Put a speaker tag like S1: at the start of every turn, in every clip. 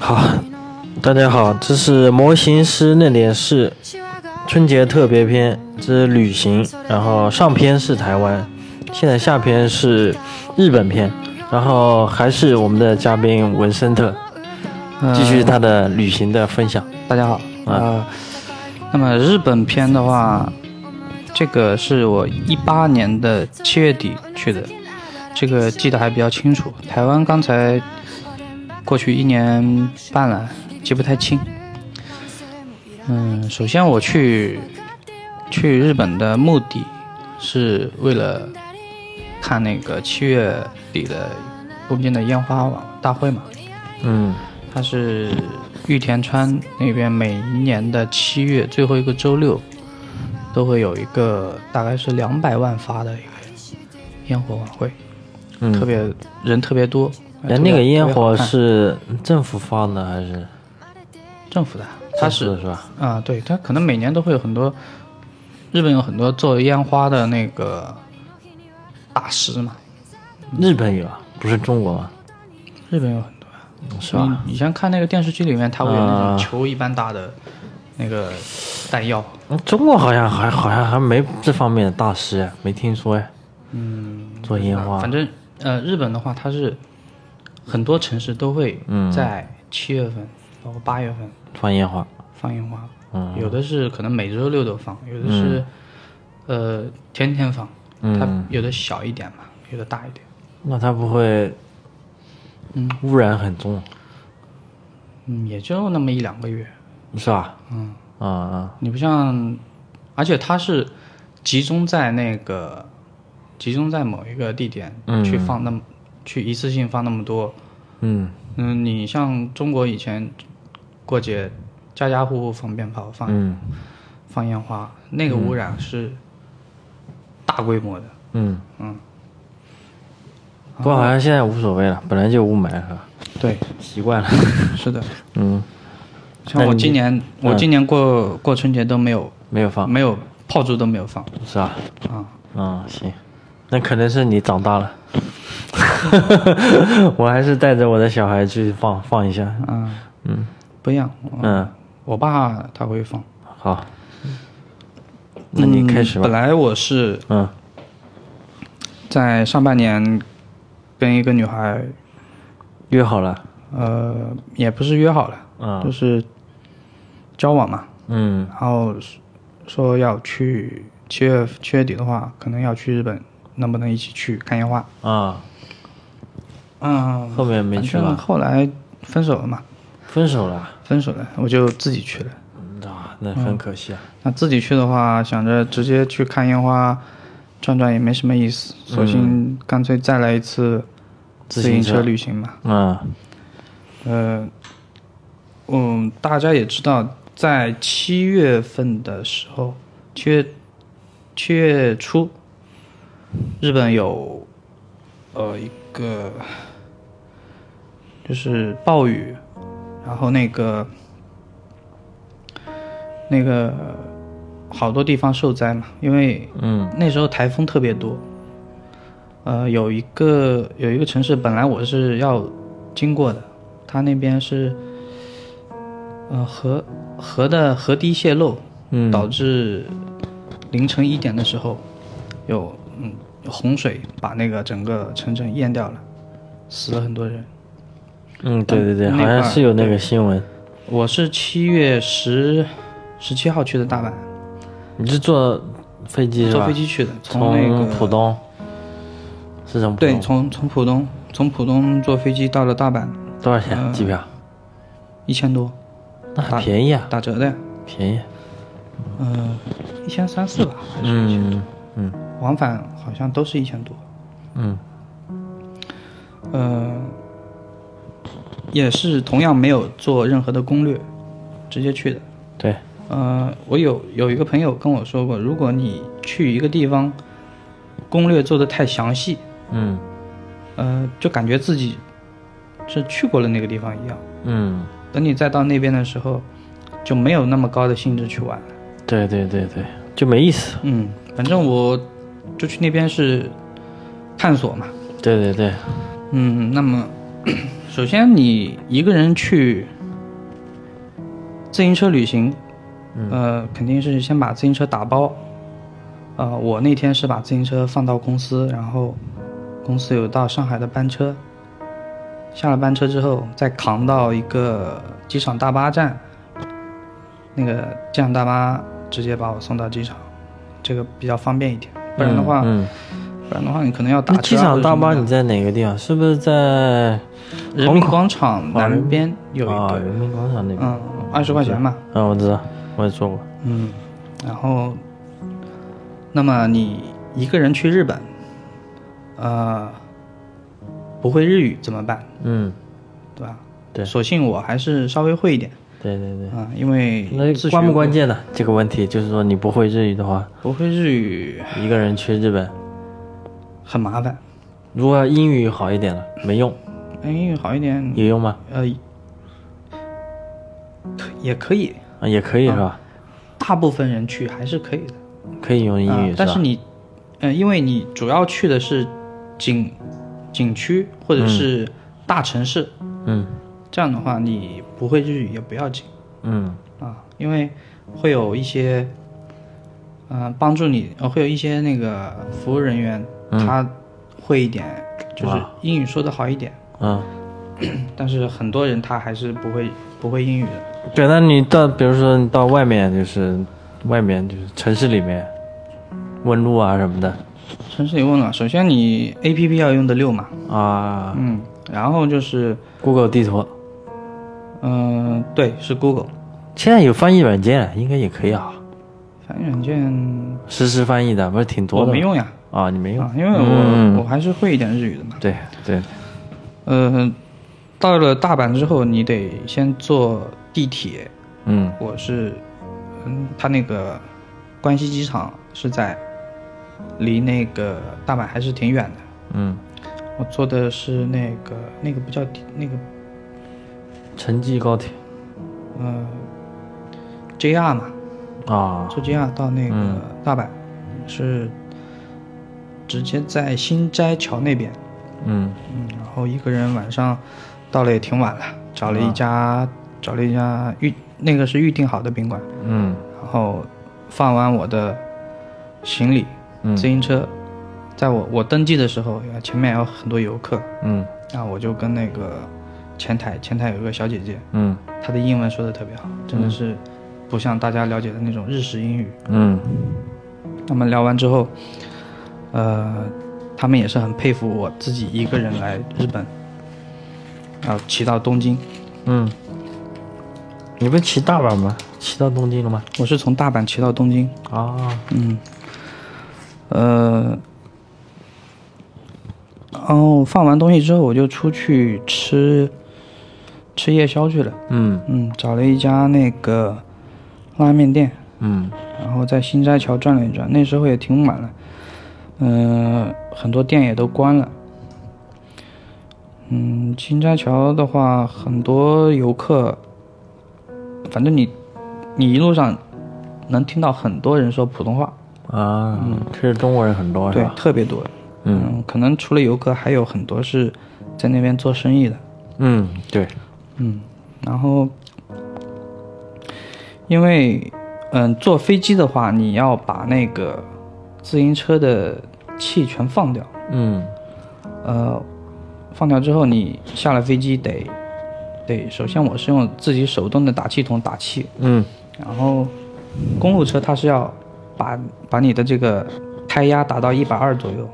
S1: 好，大家好，这是模型师那点事春节特别篇之旅行，然后上篇是台湾，现在下篇是日本篇，然后还是我们的嘉宾文森特
S2: 嗯
S1: 继续他的旅行的分享。
S2: 大家好，呃，那么日本片的话，这个是我一八年的七月底去的，这个记得还比较清楚。台湾刚才过去一年半了，记不太清。嗯，首先我去去日本的目的是为了看那个七月底的东京的烟花大会嘛，
S1: 嗯
S2: 它是玉田川那边每一年的七月最后一个周六，都会有一个大概是两百万发的一个烟火晚会，
S1: 嗯，
S2: 特别人特别多。
S1: 哎，那个烟火是政府放的还是？
S2: 政府的，它是
S1: 政府的是吧？
S2: 啊，对，它可能每年都会有很多，日本有很多做烟花的那个大师嘛，
S1: 日本有啊，不是中国吗？
S2: 日本有很多啊。
S1: 是吧？
S2: 你以前看那个电视剧里面，它会有那
S1: 啊
S2: 种球一般大的那个弹药。
S1: 嗯中国好像还好像还没这方面的大师哎，没听说哎。嗯，做烟花，
S2: 啊反正呃，日本的话，它是很多城市都会
S1: 嗯
S2: 在七月份，包括八月份
S1: 放烟花，
S2: 放烟花，
S1: 嗯
S2: 有的是可能每周六都放，有的是、呃天天放，它
S1: 嗯，
S2: 有的小一点嘛，有的大一点。
S1: 那它不会，
S2: 嗯，
S1: 污染很重，
S2: 嗯，也就那么一两个月，
S1: 是吧？嗯，啊啊，
S2: 你不像，而且它是集中在那个集中在某一个地点、
S1: 嗯
S2: 去放那么去一次性放那么多，
S1: 嗯
S2: 嗯，你像中国以前过节，家家户户放鞭炮、放、
S1: 嗯
S2: 放烟花，那个污染是大规模的。
S1: 嗯嗯。不过好像现在无所谓了，本来就雾霾是吧？
S2: 对，
S1: 习惯 了，
S2: 是的。
S1: 嗯，
S2: 像我今年，我今年过、过春节都没有，
S1: 没有嗯放，
S2: 没有炮竹都没有放
S1: 是吧？
S2: 啊。
S1: 嗯，行，那可能是你长大 了，我还是带着我的小孩去放放一下。
S2: 啊，
S1: 嗯
S2: 不一样。
S1: 嗯，
S2: 我爸他会放。
S1: 好，那你开始
S2: 嗯
S1: 吧
S2: 本。来我是
S1: 嗯
S2: 在上半年跟一个女孩，
S1: 约好了。
S2: 呃，也不是约好了，就
S1: 嗯
S2: 是交往嘛。
S1: 嗯
S2: 然后说要去七月七月底的话，可能要去日本，能不能一起去看烟花？
S1: 啊，
S2: 嗯，
S1: 后面没去
S2: 反正
S1: 了，
S2: 后来分手了嘛，
S1: 分手了。
S2: 分手了，我就自己去了。
S1: 嗯啊，那很可惜啊。
S2: 那自己去的话，想着直接去看烟花，转转也没什么意思，索性干脆再来一次
S1: 自
S2: 行
S1: 行车
S2: 车旅行嘛。
S1: 嗯
S2: 呃，嗯，大家也知道，在七月份的时候，七月七月初，日本有呃一个就是暴雨，然后那个那个好多地方受灾嘛，因为
S1: 嗯
S2: 那时候台风特别多，呃，有一个有一个城市本来我是要经过的，它那边是，呃，河河的河堤泄漏，
S1: 嗯
S2: 导致凌晨一点的时候有嗯洪水把那个整个城镇淹掉了，死了很多人。
S1: 嗯，对对对，好
S2: 那块儿
S1: 像是有那个新闻。
S2: 我是七月十十七号去的大阪，
S1: 你是坐飞机是
S2: 坐
S1: 吧
S2: 飞？机去的，从那
S1: 从
S2: 个
S1: 浦东，是从浦
S2: 对，
S1: 东
S2: 从从浦东从浦东坐飞机到了大阪。
S1: 多少
S2: 嗯
S1: 钱啊机票？
S2: 一千多，
S1: 那很便宜啊，
S2: 打折的呀，
S1: 便宜。
S2: 嗯，一千三四吧，还是一千、
S1: 嗯嗯
S2: 往返好像都是一千多，
S1: 嗯
S2: 嗯，也是同样没有做任何的攻略，直接去的。
S1: 对，
S2: 呃，我有有一个朋友跟我说过，如果你去一个地方，攻略做的太详细，
S1: 嗯
S2: 呃，就感觉自己是去过了那个地方一样。
S1: 嗯，
S2: 等你再到那边的时候，就没有那么高的兴致去玩了。
S1: 对对对对，就没意思。
S2: 嗯，反正我就去那边是探索嘛。
S1: 对对对，
S2: 嗯，那么首先你一个人去自行车旅行，
S1: 嗯
S2: 呃，肯定是先把自行车打包。呃，我那天是把自行车放到公司，然后公司有到上海的班车，下了班车之后再扛到一个机场大巴站，那个机场大巴直接把我送到机场，这个比较方便一点。不然的话，
S1: 嗯，嗯
S2: 不然的话你可能要打
S1: 那
S2: 车
S1: 机
S2: 啊。或
S1: 场
S2: 者什
S1: 大
S2: 么
S1: 巴
S2: 的
S1: 你在哪个地方？是不是在
S2: 人民广场南边有一
S1: 啊
S2: 个，
S1: 人民广场那边？
S2: 嗯，二十块钱嘛，
S1: 啊，我知道，我也坐过。
S2: 嗯，然后，那么你一个人去日本，呃，不会日语怎么办？
S1: 嗯，
S2: 对吧？
S1: 对
S2: 所幸我还是稍微会一点
S1: 对对对。
S2: 啊、因为自
S1: 那
S2: 学
S1: 关不关
S2: 过
S1: 键呢？这个问题就是说，你不会日语的话，
S2: 不会日语
S1: 一个人去日本，
S2: 很麻烦，
S1: 如果英语好一点了，没用，
S2: 哎，英语好一点，
S1: 有用吗？
S2: 呃，可也可以，
S1: 啊，也可以
S2: 嗯
S1: 是吧？
S2: 大部分人去还是可以的。
S1: 可以用
S2: 啊
S1: 英语，
S2: 但
S1: 吧
S2: 是？你，嗯、因为你主要去的是景景区或者是大城市，
S1: 嗯
S2: 这样的话你不会日语也不要紧
S1: 嗯
S2: 啊，因为会有一些，嗯、帮助你，呃，会有一些那个服务人员、
S1: 嗯
S2: 他会一点，就是
S1: 哇
S2: 英语说的好一点，
S1: 嗯，
S2: 但是很多人他还是不会不会英语的。
S1: 对。那你到，比如说你到外面，就是外面就是城市里面问路啊什么的
S2: 城市里问了，首先你 A P P 要用的溜嘛，
S1: 啊
S2: 嗯，然后就是，
S1: ，Google 地图
S2: 嗯、对，是 Google。
S1: 现在有翻译软件，应该也可以啊，
S2: 翻译软件
S1: 实时翻译的不是挺
S2: 我
S1: 多的
S2: 没
S1: 吗
S2: 用呀，
S1: 啊？你没用
S2: 啊，，因为我、
S1: 嗯
S2: 我还是会一点日语的嘛。
S1: 对对，
S2: 呃，到了大阪之后，你得先坐地铁。
S1: 嗯
S2: 我是，嗯，他那个关西机场是在离那个大阪还是挺远的。
S1: 嗯，
S2: 我坐的是那个那个不叫地那个
S1: 城际高铁
S2: 呃 JR 嘛，
S1: 啊，嗯
S2: 坐 JR 到那个大阪、是直接在新斋桥那边。
S1: 嗯
S2: 嗯，然后一个人晚上到了也挺晚了，找了一家、
S1: 啊
S2: 找了一家预那个是预定好的宾馆，
S1: 嗯
S2: 然后放完我的行李、自
S1: 嗯
S2: 行车，在我我登记的时候，前面有很多游客，
S1: 嗯
S2: 那我就跟那个前台前台有个小姐姐，
S1: 嗯
S2: 她的英文说的特别好，真的是不像大家了解的那种日式英语。
S1: 嗯
S2: 那么聊完之后，呃，他们也是很佩服我自己一个人来日本，然后骑到东京。
S1: 嗯，你不是骑大阪吗？骑到东京了吗？
S2: 我是从大阪骑到东京，
S1: 啊，
S2: 嗯，呃，然后哦放完东西之后，我就出去吃吃夜宵去了。
S1: 嗯
S2: 嗯，找了一家那个拉面店，
S1: 嗯
S2: 然后在新斋桥转了一转，那时候也挺晚了，嗯、很多店也都关了。嗯，新斋桥的话，很多游客，反正你你一路上能听到很多人说普通话，
S1: 啊，其实中国人很哦多是
S2: 对，
S1: 吧？
S2: 特别多。
S1: 嗯
S2: 嗯，可能除了游客，还有很多是在那边做生意的。
S1: 嗯，对，
S2: 嗯，然后因为嗯坐飞机的话，你要把那个自行车的气全放掉，
S1: 嗯
S2: 呃，放掉之后你下了飞机得得，首先我是用自己手动的打气筒打气，
S1: 嗯
S2: 然后公路车它是要把把你的这个胎压打到一百二左右，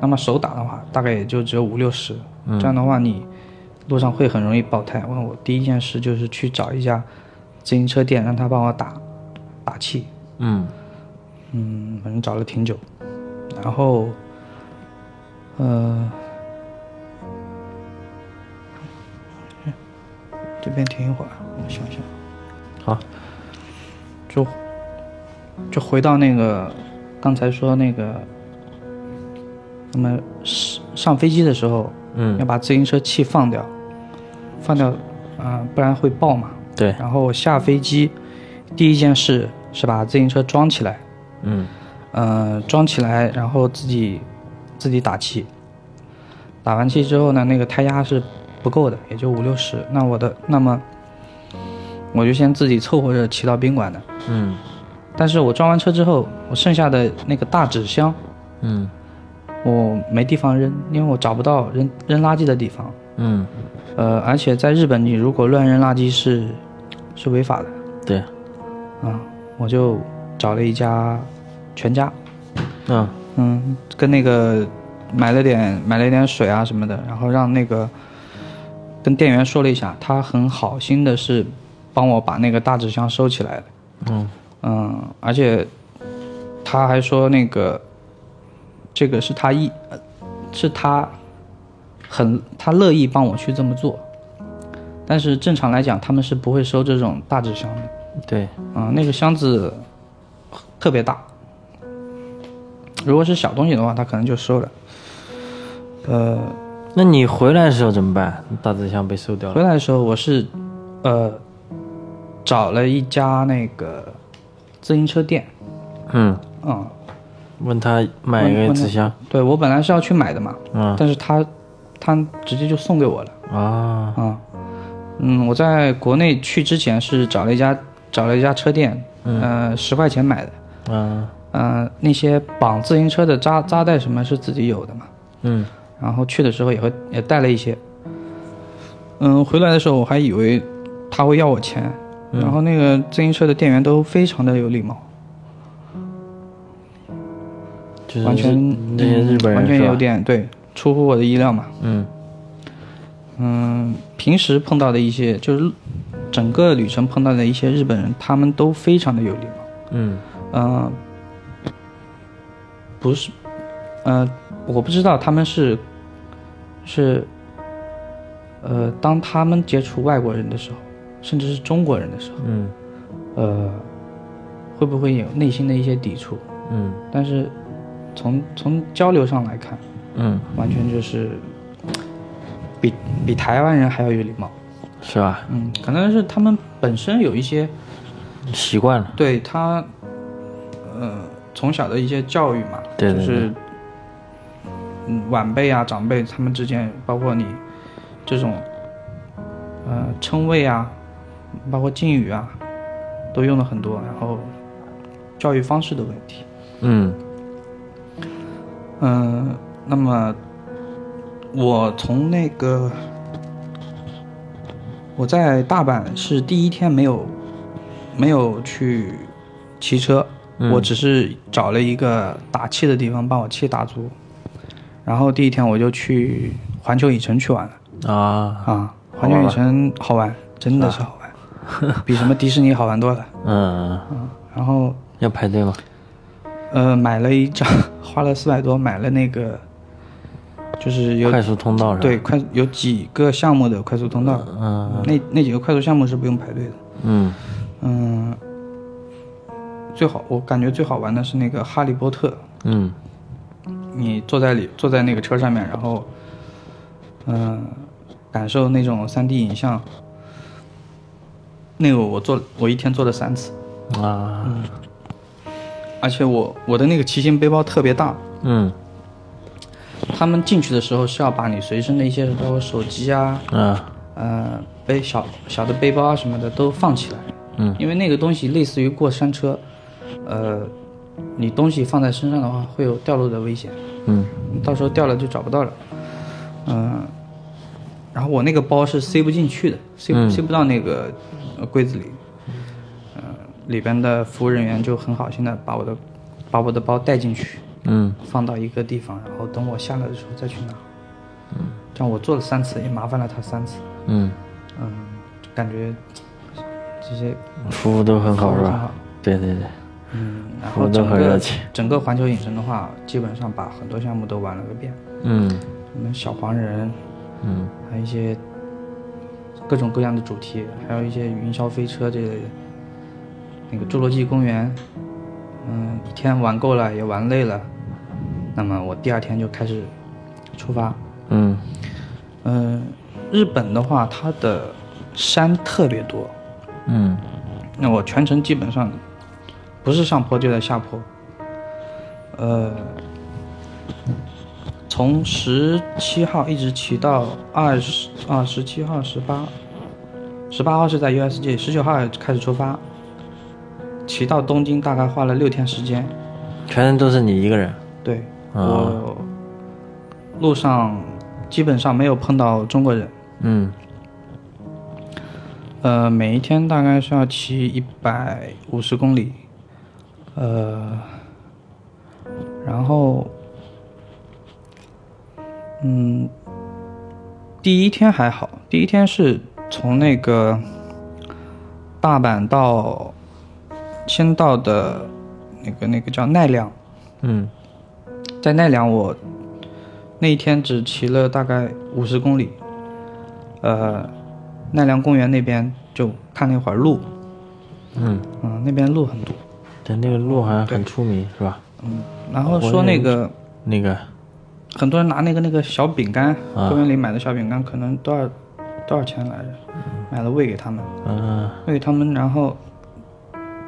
S2: 那么手打的话大概也就只有五六十，这样的话你路上会很容易爆胎。问我第一件事就是去找一家自行车店，让他帮我打打气，
S1: 嗯
S2: 嗯，反正找了挺久，然后呃。这边停一会儿，我想想。
S1: 好，
S2: 就就回到那个刚才说那个，那么上上飞机的时候要
S1: 嗯
S2: 把自行车气放掉，放掉，呃，不然会爆嘛。
S1: 对，
S2: 然后下飞机，第一件事是把自行车装起来，
S1: 嗯
S2: 呃，装起来，然后自己自己打气。打完气之后呢，那个胎压是不够的，也就五六十。那我的那么我就先自己凑合着骑到宾馆的。
S1: 嗯
S2: 但是我装完车之后，我剩下的那个大纸箱
S1: 嗯
S2: 我没地方扔，因为我找不到扔扔垃圾的地方。
S1: 嗯，
S2: 呃，而且在日本，你如果乱扔垃圾是是违法的。
S1: 对，
S2: 啊，我就找了一家全家，
S1: 嗯
S2: 嗯，跟那个买了点买了一点水啊什么的，然后让那个跟店员说了一下，他很好心的是帮我把那个大纸箱收起来了。
S1: 嗯
S2: 嗯，而且他还说那个这个是他一呃是他很他乐意帮我去这么做，但是正常来讲他们是不会收这种大纸箱的。
S1: 对，
S2: 嗯，那个箱子特别大，如果是小东西的话，他可能就收了。呃，
S1: 那你回来的时候怎么办？大纸箱被收掉了。
S2: 回来的时候我是呃找了一家那个自行车店，
S1: 嗯，
S2: 嗯，
S1: 问他买一
S2: 问
S1: 个
S2: 问
S1: 纸箱。
S2: 对我本来是要去买的嘛，
S1: 嗯
S2: 但是他他直接就送给我了。
S1: 啊，
S2: 啊，嗯，我在国内去之前是找了一家找了一家车店，呃，十块钱买的，
S1: 嗯
S2: 呃，那些绑自行车的扎扎带什么是自己有的嘛，
S1: 嗯
S2: 然后去的时候也会也带了一些，嗯，回来的时候我还以为他会要我钱，
S1: 嗯
S2: 然后那个自行车的店员都非常的有礼貌，
S1: 就是
S2: 完全
S1: 这些日本人
S2: 完全
S1: 是吧
S2: 有点对出乎我的意料嘛，
S1: 嗯
S2: 嗯，平时碰到的一些就是整个旅程碰到的一些日本人，他们都非常的有礼貌。
S1: 嗯
S2: 嗯，不是，呃，我不知道他们是是，呃，当他们接触外国人的时候，甚至是中国人的时候，
S1: 嗯
S2: 呃，会不会有内心的一些抵触？
S1: 嗯
S2: 但是从从交流上来看，
S1: 嗯，
S2: 完全就是比比台湾人还要有礼貌。
S1: 是吧？
S2: 嗯，可能是他们本身有一些
S1: 习惯了。
S2: 对他，呃，从小的一些教育嘛，
S1: 对对
S2: 就是嗯晚辈啊、长辈他们之间，包括你这种呃称谓啊，包括敬语啊，都用了很多，然后教育方式的问题，
S1: 嗯
S2: 嗯、那么我从那个我在大阪是第一天没有没有去骑车，
S1: 嗯
S2: 我只是找了一个打气的地方帮我气打足，然后第一天我就去环球影城去玩了
S1: 啊
S2: 啊！环球影城好玩，真的是好玩，比什么迪士尼好玩多了。
S1: 嗯，
S2: 然后
S1: 要排队吗？
S2: 呃买了一张，花了四百多买了那个，就是有
S1: 快速通哦道是吧？
S2: 对，快有几个项目的快速通道，
S1: 嗯
S2: 那那几个快速项目是不用排队的。
S1: 嗯
S2: 嗯，最好我感觉最好玩的是那个哈利波特，
S1: 嗯
S2: 你坐在里坐在那个车上面，然后，嗯、感受那种 3D 影像。那个我做我一天做了三次，
S1: 啊
S2: 而且我我的那个骑行背包特别大，
S1: 嗯
S2: 他们进去的时候是要把你随身的一些包括手机啊，
S1: 啊
S2: 呃背小小的背包啊什么的都放起来，
S1: 嗯，
S2: 因为那个东西类似于过山车，呃，你东西放在身上的话会有掉落的危险，
S1: 嗯
S2: 到时候掉了就找不到了，嗯、然后我那个包是塞不进去的，塞
S1: 嗯
S2: 不、塞不到那个呃柜子里，嗯、里边的服务人员就很好心的把我的把我的包带进去，
S1: 嗯
S2: 放到一个地方，然后等我下来的时候再去拿，嗯，这样我做了三次，也麻烦了他三次，
S1: 嗯，
S2: 嗯，感觉这些
S1: 服务都很好是
S2: 服务很
S1: 吧
S2: 好？
S1: 对对对，
S2: 嗯，然
S1: 我
S2: 后
S1: 都
S2: 整
S1: 很热
S2: 个
S1: 情
S2: 整个环球影城的话，基本上把很多项目都玩了个遍，
S1: 嗯
S2: 什么小黄人，
S1: 嗯
S2: 还有一些各种各样的主题，还有一些云霄飞车这类的，那个侏罗纪公园，嗯，一天玩够了也玩累了，那么我第二天就开始出发。
S1: 嗯
S2: 嗯、日本的话，它的山特别多，
S1: 嗯
S2: 那我全程基本上不是上坡就在下坡，呃，从十七号一直骑到二十啊十七号、十八、十八号是在 USG，十九号开始出发，骑到东京大概花了六天时间。
S1: 全都是你一个人？
S2: 对，
S1: 啊
S2: 我路上基本上没有碰到中国人。
S1: 嗯，
S2: 呃，每一天大概是要骑一百五十公里，呃，然后，嗯，第一天还好，第一天是从那个大阪到先到的那个那个叫奈良，
S1: 嗯，
S2: 在奈良我那一天只骑了大概五十公里，呃，奈良公园那边就看了一会儿鹿，
S1: 嗯，
S2: 嗯、那边鹿很多，嗯
S1: 对，嗯那个鹿好像很出名是吧？
S2: 然后说那个
S1: 那个，
S2: 很多人拿那个那个小饼干，
S1: 啊
S2: 公园里买的小饼干可能多少多少钱来着，买了喂给他们，
S1: 嗯、
S2: 喂给他们，然后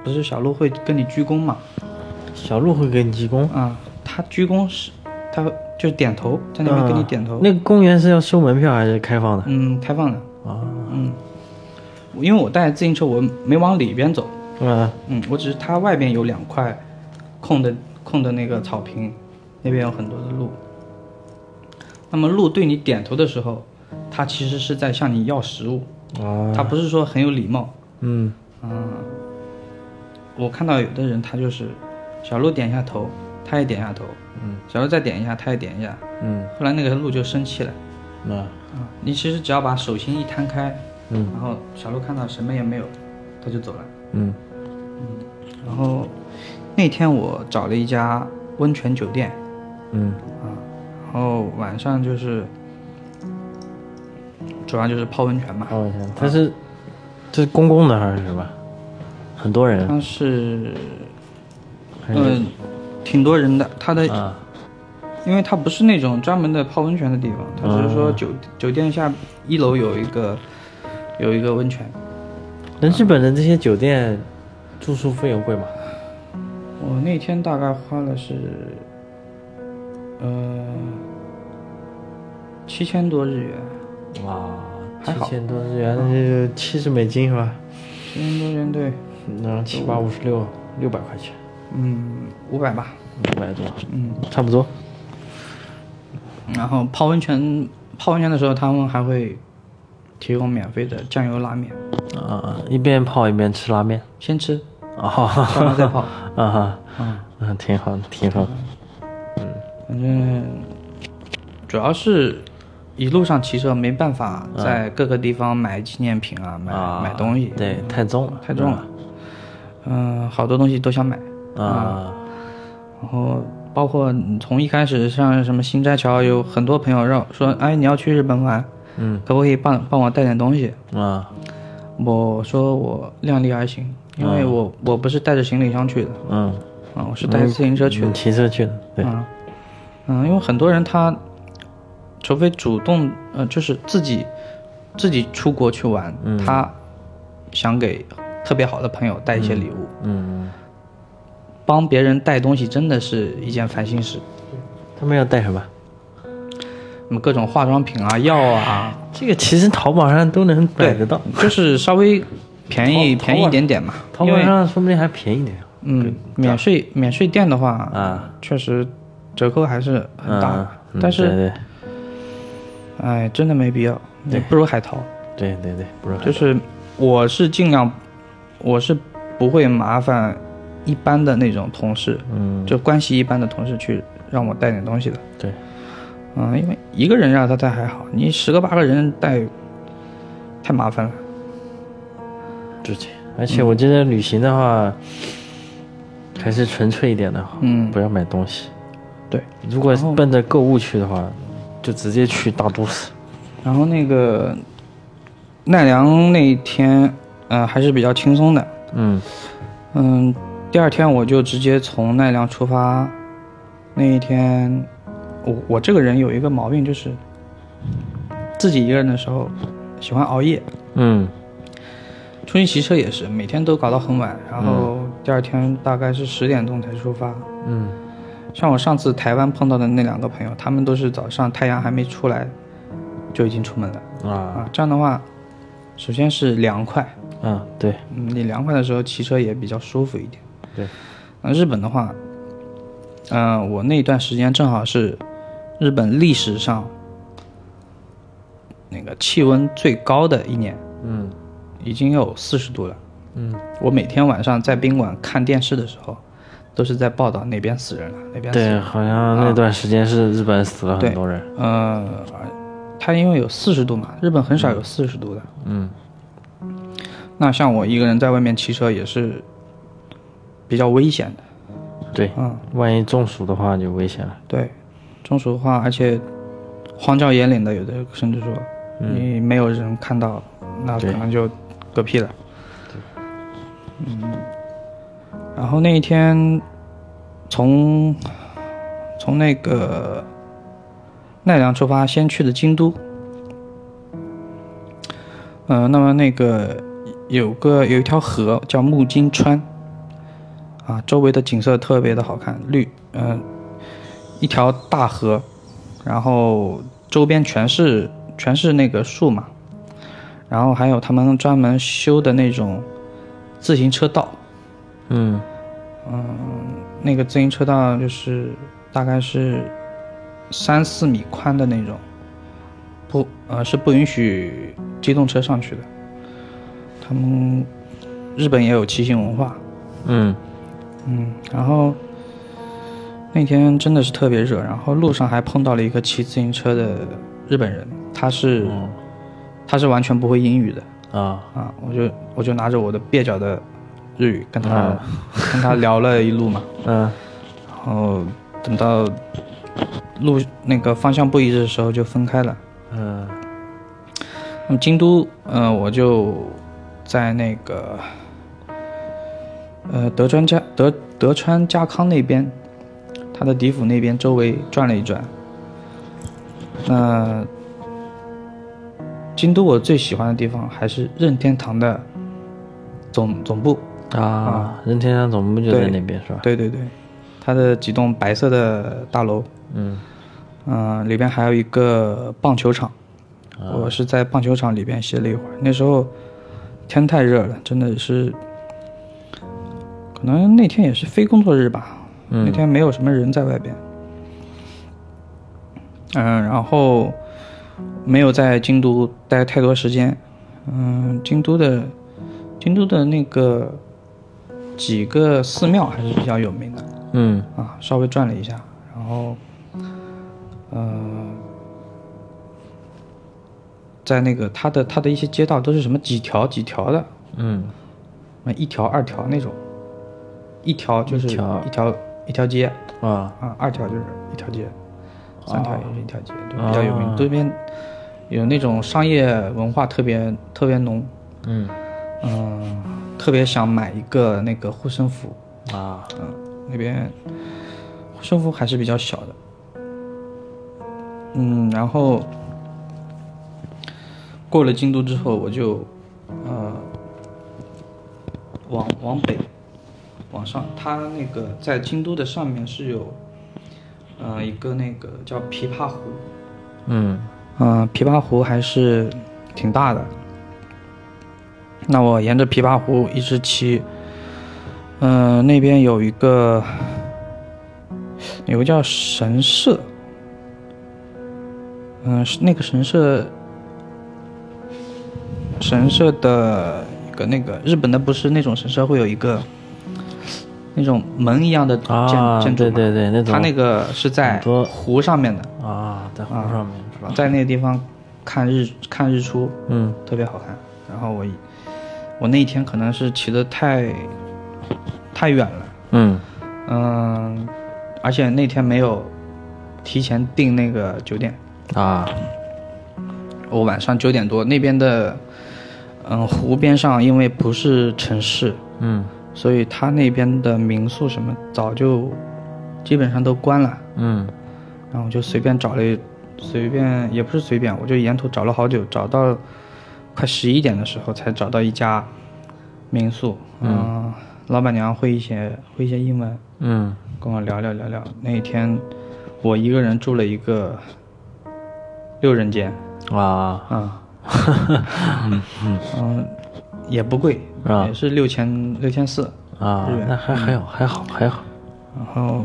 S2: 不是小鹿会跟你鞠躬嘛，
S1: 小鹿会给你鞠躬，
S2: 啊、它鞠躬是它就点头，在那边给你点头，
S1: 啊那个公园是要收门票还是开放的？
S2: 嗯，开放的。
S1: 啊，
S2: 嗯，因为我带自行车，我没往里边走，
S1: 嗯
S2: 嗯，我只是它外边有两块空的空的那个草坪，那边有很多的鹿。那么鹿对你点头的时候，它其实是在向你要食物，
S1: 啊，
S2: 它不是说很有礼貌。
S1: 嗯
S2: 嗯，我看到有的人他就是小鹿点一下头，他也点一下头，
S1: 嗯，
S2: 小鹿再点一下，他也点一下，
S1: 嗯，
S2: 后来那个鹿就生气了。
S1: 那
S2: 啊，你其实只要把手心一摊开，
S1: 嗯
S2: 然后小鹿看到什么也没有，它就走了。
S1: 嗯
S2: 然后那天我找了一家温泉酒店，啊
S1: 嗯
S2: 然后晚上就是主要就是泡温泉嘛。
S1: 哦，我想它是这是公共的还是什么？很多人，
S2: 它是，
S1: 嗯还
S2: 嗯、
S1: 是
S2: 挺多人的。它的，
S1: 啊
S2: 因为它不是那种专门的泡温泉的地方，它只是说
S1: 嗯
S2: 酒、酒店下一楼有一个有一个温泉。
S1: 那日本的这些酒店住宿费用贵吗？
S2: 我那天大概花了是，呃，七千多日元，
S1: 哇，
S2: 还
S1: 七
S2: 好
S1: 千多日元，那就七十美金是吧？嗯
S2: 七千多日元对，
S1: 那七八五十六，六百块钱，
S2: 嗯，五百吧，
S1: 五百多，
S2: 嗯，
S1: 差不多。
S2: 然后泡温泉，泡温泉的时候他们还会提供免费的酱油拉面，
S1: 啊，一边泡一边吃拉面。
S2: 先吃，
S1: 啊哈
S2: 泡完再泡，
S1: 啊哈，
S2: 嗯，
S1: 嗯，挺好，挺好。
S2: 反正主要是一路上骑车没办法在各个地方买纪念品啊，买、
S1: 嗯啊，
S2: 买东西，
S1: 对，太重了，
S2: 太重了，嗯、好多东西都想买。
S1: 啊。
S2: 然后包括你从一开始像什么新斋桥，有很多朋友让说，哎，你要去日本玩，
S1: 嗯
S2: 可不可以帮帮我带点东西？
S1: 啊
S2: 我说我量力而行，因
S1: 啊
S2: 为我、我不是带着行李箱去的，
S1: 嗯，
S2: 啊，我是带着自行车去
S1: 你
S2: 的，
S1: 骑车去的，对，
S2: 啊，嗯，因为很多人他，除非主动，呃，就是自己自己出国去玩，
S1: 嗯
S2: 他想给特别好的朋友带一些礼物，
S1: 嗯，
S2: 帮别人带东西真的是一件烦心事。
S1: 他们要带什么？
S2: 什么各种化妆品啊、药啊，
S1: 这个其实淘宝上都能买得到，
S2: 就是稍微便宜
S1: 淘淘宝
S2: 便宜一点点嘛。
S1: 淘
S2: 因
S1: 宝
S2: 为
S1: 上说不定还便宜点
S2: 嗯，免税免税店的话，
S1: 啊。
S2: 确实折扣还是很大的，
S1: 嗯
S2: 但是
S1: 对
S2: 哎，真的没必要，也不如海淘。
S1: 对对对对，不是很
S2: 就是我是尽量，我是不会麻烦一般的那种同事，
S1: 嗯，
S2: 就关系一般的同事去让我带点东西的。
S1: 对，
S2: 嗯，因为一个人让他带还好，你十个八个人带太麻烦了。
S1: 对对。而且
S2: 嗯
S1: 我觉得旅行的话，还是纯粹一点的好，
S2: 嗯
S1: 不要买东西。
S2: 对，
S1: 如果
S2: 然后
S1: 奔着购物去的话，就直接去大都市。
S2: 然后那个奈良那天，呃，还是比较轻松的。
S1: 嗯
S2: 嗯，第二天我就直接从奈良出发。那一天，我我这个人有一个毛病，就是自己一个人的时候喜欢熬夜。
S1: 嗯
S2: 出去骑车也是，每天都搞到很晚，然后第二天大概是十点钟才出发。
S1: 嗯
S2: 像我上次台湾碰到的那两个朋友，他们都是早上太阳还没出来就已经出门了。
S1: 啊
S2: 啊，这样的话，首先是凉快，
S1: 嗯，对，
S2: 嗯，你凉快的时候骑车也比较舒服一点。
S1: 对，
S2: 那日本的话，嗯、我那一段时间正好是日本历史上那个气温最高的一年，
S1: 嗯
S2: 已经有四十度了。
S1: 嗯，
S2: 我每天晚上在宾馆看电视的时候，都是在报道哪边死人了，哪边死人
S1: 对，
S2: 了。啊
S1: 好像那段时间是日本死了很
S2: 对
S1: 多人，
S2: 呃，它因为有四十度嘛，日本很少有四十度的。
S1: 嗯
S2: 那像我一个人在外面骑车也是比较危险的。
S1: 对，
S2: 嗯，
S1: 万一中暑的话就危险了，
S2: 对，中暑的话，而且荒郊野岭的，有的甚至说、
S1: 嗯
S2: 你没有人看到，那可
S1: 对
S2: 能就嗝屁了。嗯，然后那一天从从那个奈良出发，先去的京都。呃，那么那个有个有一条河叫木金川，啊，周围的景色特别的好看，绿，嗯、一条大河，然后周边全是全是那个树嘛，然后还有他们专门修的那种自行车道，
S1: 嗯
S2: 那个自行车道就是大概是三四米宽的那种，不呃是不允许机动车上去的。他们日本也有骑行文化，
S1: 嗯
S2: 嗯，然后那天真的是特别热，然后路上还碰到了一个骑自行车的日本人，他是、他是完全不会英语的
S1: 啊，
S2: 啊，我就我就拿着我的蹩脚的日语跟他、
S1: 啊
S2: 跟他聊了一路嘛，
S1: 嗯
S2: 然后等到路那个方向不一致的时候就分开了。
S1: 嗯
S2: 那么京都，呃，我就在那个呃德川家德德川家康那边，他的地府那边周围转了一转。那、京都我最喜欢的地方还是任天堂的总总部，
S1: 啊，任天堂总部就在
S2: 对
S1: 那边是吧？
S2: 对对对，它的几栋白色的大楼，
S1: 嗯
S2: 嗯、里边还有一个棒球场，
S1: 啊
S2: 我是在棒球场里边歇了一会儿。那时候天太热了，真的是，可能那天也是非工作日吧，那
S1: 嗯
S2: 天没有什么人在外边。嗯、然后没有在京都待太多时间。嗯、京都的京都的那个几个寺庙还是比较有名的。
S1: 嗯
S2: 啊，稍微转了一下，然后，呃，在那个它的它的一些街道都是什么几条几条的，
S1: 嗯
S2: 那一条二条那种，一条就是
S1: 一条
S2: 一条一条街
S1: 啊
S2: 啊，二条就是一条街，三条也是一条街，就比
S1: 啊
S2: 较有名。对面有那种商业文化特别特别浓，
S1: 嗯
S2: 嗯、特别想买一个那个护身符，
S1: 啊
S2: 嗯，那边护身符还是比较小的。嗯，然后过了京都之后，我就呃往往北往上，它那个在京都的上面是有呃一个那个叫琵琶湖，
S1: 嗯
S2: 嗯、琵琶湖还是挺大的。那我沿着琵琶湖一直骑，嗯、那边有一个有个叫神社，嗯、是那个神社，神社的一个那个日本的不是那种神社会有一个那种门一样的建、
S1: 啊，
S2: 建筑
S1: 对
S2: 吗，
S1: 对对，那种
S2: 它那个是在
S1: 很多
S2: 湖上面的，
S1: 啊，在湖上面是吧？
S2: 在那个地方看日看日出
S1: 嗯
S2: 特别好看。然后我一我那一天可能是骑得太太远了，
S1: 嗯
S2: 嗯，而且那天没有提前订那个酒店，
S1: 啊
S2: 我晚上九点多那边的嗯湖边上，因为不是城市，
S1: 嗯
S2: 所以他那边的民宿什么早就基本上都关了。
S1: 嗯
S2: 然后我就随便找了一，随便也不是随便，我就沿途找了好久，找到快十一点的时候才找到一家民宿。嗯、老板娘会一些会一些英文，
S1: 嗯
S2: 跟我聊聊聊聊。那一天我一个人住了一个六人间
S1: 啊
S2: 啊、 嗯，也不贵，
S1: 啊
S2: 也是六千六千四，
S1: 啊
S2: 日，元
S1: 那还还好还好还好，
S2: 然后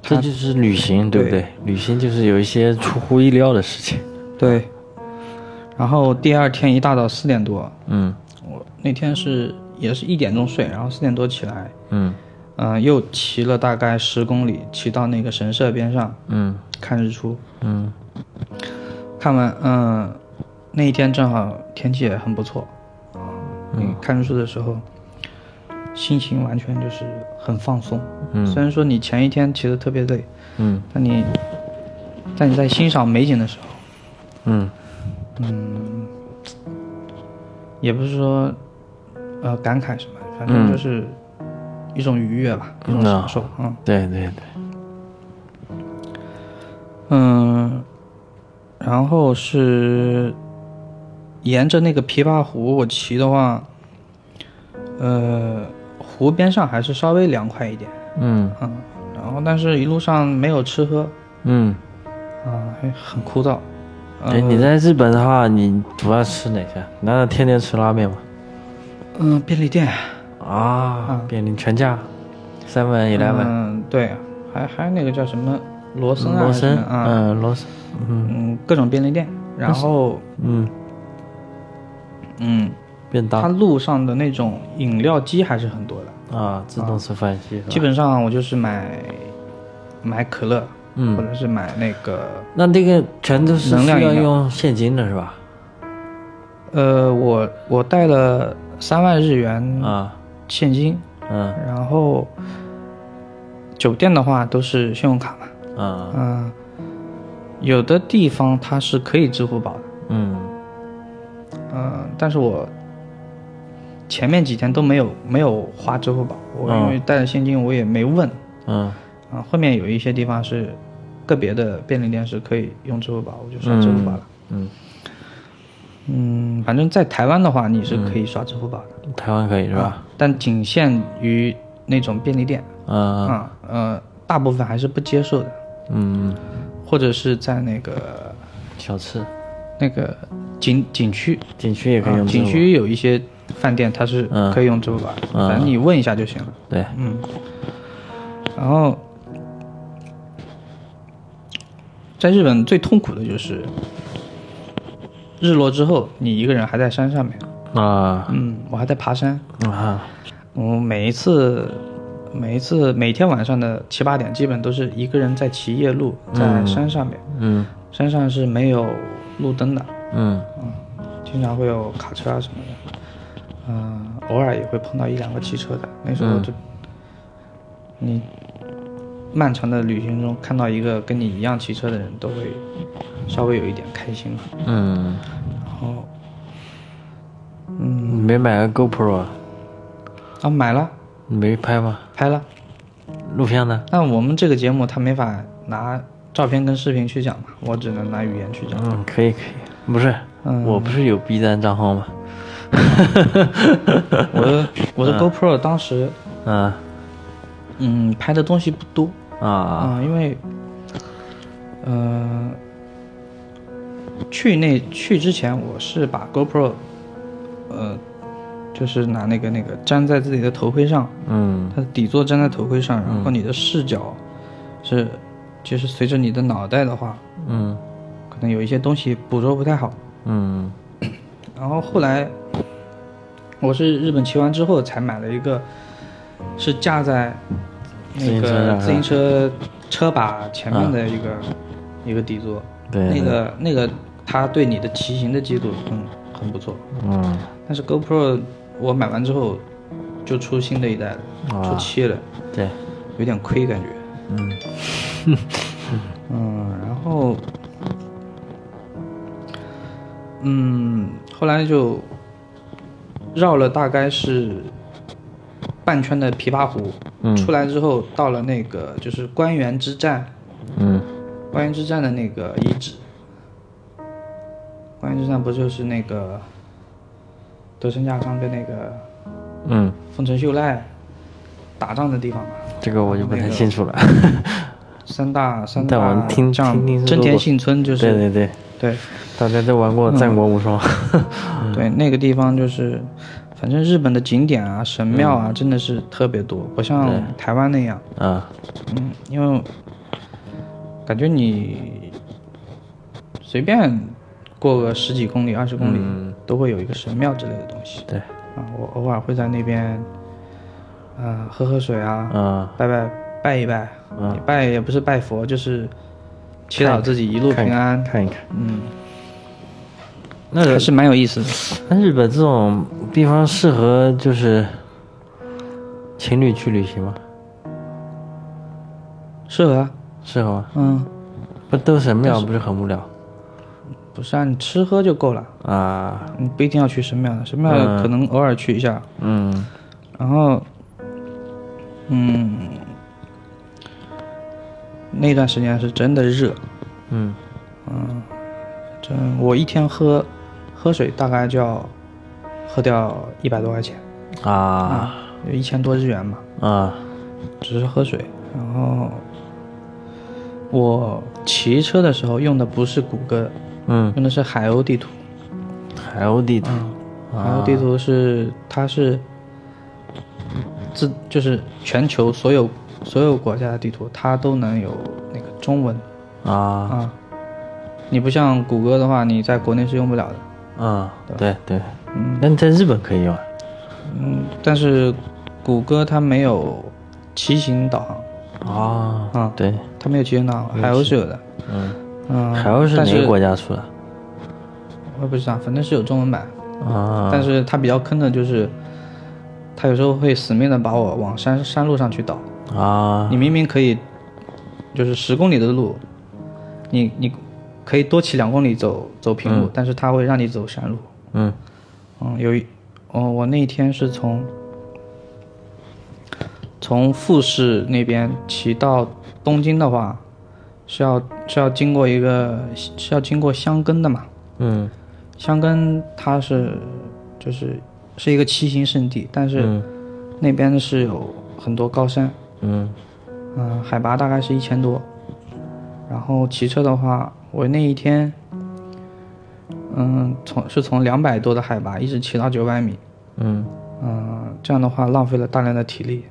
S1: 这就是旅行，对不对？旅行就是有一些出乎意料的事情。
S2: 对，然后第二天一大早四点多，
S1: 嗯
S2: 我那天是也是一点钟睡，然后四点多起来，
S1: 嗯
S2: 嗯、又骑了大概十公里，骑到那个神社边上
S1: 嗯
S2: 看日出，
S1: 嗯
S2: 看完，嗯、那一天正好天气也很不错，嗯，看日出的时候，心情完全就是很放松。
S1: 嗯
S2: 虽然说你前一天骑得特别累，
S1: 嗯
S2: 但你，但你在欣赏美景的时候，
S1: 嗯
S2: 也不是说，呃，感慨什么，反正
S1: 嗯
S2: 就是一种愉悦吧，一种享受。嗯
S1: 对对对，
S2: 嗯，然后是沿着那个琵琶湖，我骑的话，呃，湖边上还是稍微凉快一点，
S1: 嗯
S2: 嗯，然后但是一路上没有吃喝，
S1: 嗯。
S2: 啊、还很枯燥。呃
S1: 哎，你在日本的话，你主要吃哪些？难道天天吃拉面吗？
S2: 嗯、便利店
S1: 啊，便利全家，Seven Eleven，
S2: 嗯，对，还还有那个叫什么罗森啊，
S1: 罗
S2: 还是什
S1: 森，
S2: 么啊，
S1: 嗯，罗森，嗯
S2: 嗯，各种便利店。然后，
S1: 嗯，
S2: 嗯，
S1: 便
S2: 它
S1: 当
S2: 路上的那种饮料机还是很多的。
S1: 啊，自动吃饭机
S2: 基
S1: 是吧？
S2: 本上我就是买买可乐，或
S1: 嗯，
S2: 者是买那个，
S1: 那这个全都是
S2: 能
S1: 需
S2: 量
S1: 要
S2: 饮料
S1: 用现金的是吧？
S2: 呃，我我带了三万日元
S1: 啊，
S2: 现金，
S1: 嗯
S2: 然后酒店的话都是信用卡嘛，
S1: 啊，
S2: 嗯、有的地方它是可以支付宝的。
S1: 嗯
S2: 嗯，但是我前面几天都没有没有花支付宝，我因为带着现金，我也没问。
S1: 嗯
S2: 啊，后面有一些地方是个别的便利店是可以用支付宝，我就刷支付宝了。
S1: 嗯，
S2: 嗯，反正在台湾的话，你是可以刷支付宝的，啊
S1: 台湾嗯可以是吧？
S2: 但仅限于那种便利店
S1: 嗯
S2: 啊、呃，大部分还是不接受的，
S1: 嗯，
S2: 或者是在那个
S1: 小吃
S2: 那个景景区，
S1: 景区也可以
S2: 啊
S1: 用支付
S2: 景
S1: 宝，
S2: 区有一些饭店它是
S1: 嗯
S2: 可以用支付宝的，
S1: 嗯
S2: 反正你问一下就行了。
S1: 对，
S2: 嗯，然后在日本最痛苦的就是日落之后，你一个人还在山上面。
S1: 啊
S2: 嗯，我还在爬山。
S1: 啊，
S2: 我每一次，每一次每天晚上的七八点，基本都是一个人在骑夜路，在山上面。
S1: 嗯
S2: 山上是没有路灯的，
S1: 嗯
S2: 经常会有卡车啊什么的，嗯、偶尔也会碰到一两个骑车的。那时候就，你漫长的旅行中看到一个跟你一样骑车的人，都会稍微有一点开心嘛。
S1: 嗯，
S2: 然后
S1: 你
S2: 嗯
S1: 没买个 GoPro，啊
S2: 啊，买了，
S1: 你没拍吗？
S2: 拍了。
S1: 录像呢？
S2: 但我们这个节目它没法拿照片跟视频去讲嘛，我只能拿语言去讲。
S1: 嗯，可以可以，不是，
S2: 嗯
S1: 我不是有 B 站账号吗？
S2: 我的我的 GoPro 当时
S1: 嗯
S2: 嗯拍的东西不多，
S1: 啊
S2: 啊、因为，呃，去那去之前，我是把 GoPro，呃，就是拿那个那个粘在自己的头盔上，
S1: 嗯
S2: 它的底座粘在头盔上，然后你的视角是，就是随着你的脑袋的话，
S1: 嗯
S2: 可能有一些东西捕捉不太好。
S1: 嗯
S2: 然后后来，我是日本骑完之后才买了一个，是架在那个
S1: 自
S2: 自
S1: 行
S2: 行车车把前面的一个、一个底座，
S1: 嗯对
S2: 那个那个它对你的骑行的记录很很不错。
S1: 嗯
S2: 但是 GoPro 我买完之后就出新的一代了，
S1: 啊
S2: 出七了，
S1: 对，
S2: 有点亏感觉。
S1: 嗯
S2: 嗯，然后，嗯，后来就绕了大概是半圈的琵琶湖，
S1: 嗯
S2: 出来之后到了那个就是官员之战，
S1: 嗯
S2: 官员之战的那个遗址。官员之战不就是那个德川家康跟那个
S1: 嗯，
S2: 丰臣秀赖打仗的地方吗？
S1: 这个我就不太清楚了。
S2: 三大三
S1: 但我
S2: 大
S1: 们听
S2: 将
S1: 听听说
S2: 真田
S1: 过
S2: 幸村就
S1: 对
S2: 是
S1: 对对，嗯
S2: 对
S1: 大家都玩过《战国无双》
S2: 嗯对，那个地方就是，反正日本的景点啊、神庙
S1: 嗯
S2: 啊，真的是特别多，不像台湾那样，
S1: 啊，
S2: 嗯，因为感觉你随便过个十几公里、二十公里，
S1: 嗯
S2: 都会有一个神庙之类的东西。
S1: 对，
S2: 啊，我偶尔会在那边，呃，喝喝水啊，
S1: 啊，
S2: 拜拜拜一拜，也拜也不是拜佛，就是祈祷自己一路
S1: 看
S2: 平安。
S1: 看一看。
S2: 嗯，
S1: 那
S2: 还是蛮有意思的。
S1: 那日本这种地方适合就是情侣去旅行吗？
S2: 适合啊，
S1: 适合吗？
S2: 嗯，
S1: 不都神庙不是很无聊
S2: 不是啊，你吃喝就够了，
S1: 啊？
S2: 你不一定要去神庙的，神庙
S1: 嗯
S2: 可能偶尔去一下，
S1: 嗯
S2: 然后，嗯，那段时间是真的热，
S1: 嗯
S2: 真我一天喝喝水大概就要喝掉一百多块钱
S1: 啊
S2: 啊，有一千多日元嘛，
S1: 啊
S2: 只是喝水。然后我骑车的时候用的不是谷歌，
S1: 嗯，
S2: 用的是海鸥地图。
S1: 海鸥地图啊
S2: 海鸥地图是它是自就是全球所有所有国家的地图，它都能有那个中文
S1: 啊
S2: 啊。你不像谷歌的话，你在国内是用不了的。
S1: 啊，对对，那你在日本可以用啊
S2: 嗯，但是谷歌它没有骑行导航，
S1: 啊
S2: 啊
S1: 对，
S2: 它没有骑行导航，海鸥是有的。
S1: 嗯，
S2: 嗯，
S1: 海鸥是
S2: 但
S1: 哪
S2: 是
S1: 个国家出的
S2: 我也不知道，反正是有中文版。
S1: 啊？
S2: 但是它比较坑的就是，它有时候会死命的把我往山山路上去导。
S1: 啊
S2: 你明明可以，就是十公里的路，你你可以多骑两公里走走平路，但是它会让你走山路。
S1: 嗯
S2: 嗯，有一，哦，我那天是从从富士那边骑到东京的话，是要是要经过一个是要经过箱根的嘛？
S1: 嗯
S2: 箱根它是就是是一个骑行圣地，但是那边是有很多高山，
S1: 嗯
S2: 嗯，海拔大概是一千多。然后骑车的话，我那一天，嗯，从是从两百多的海拔一直骑到九百米，
S1: 嗯
S2: 嗯，这样的话浪费了大量的体力。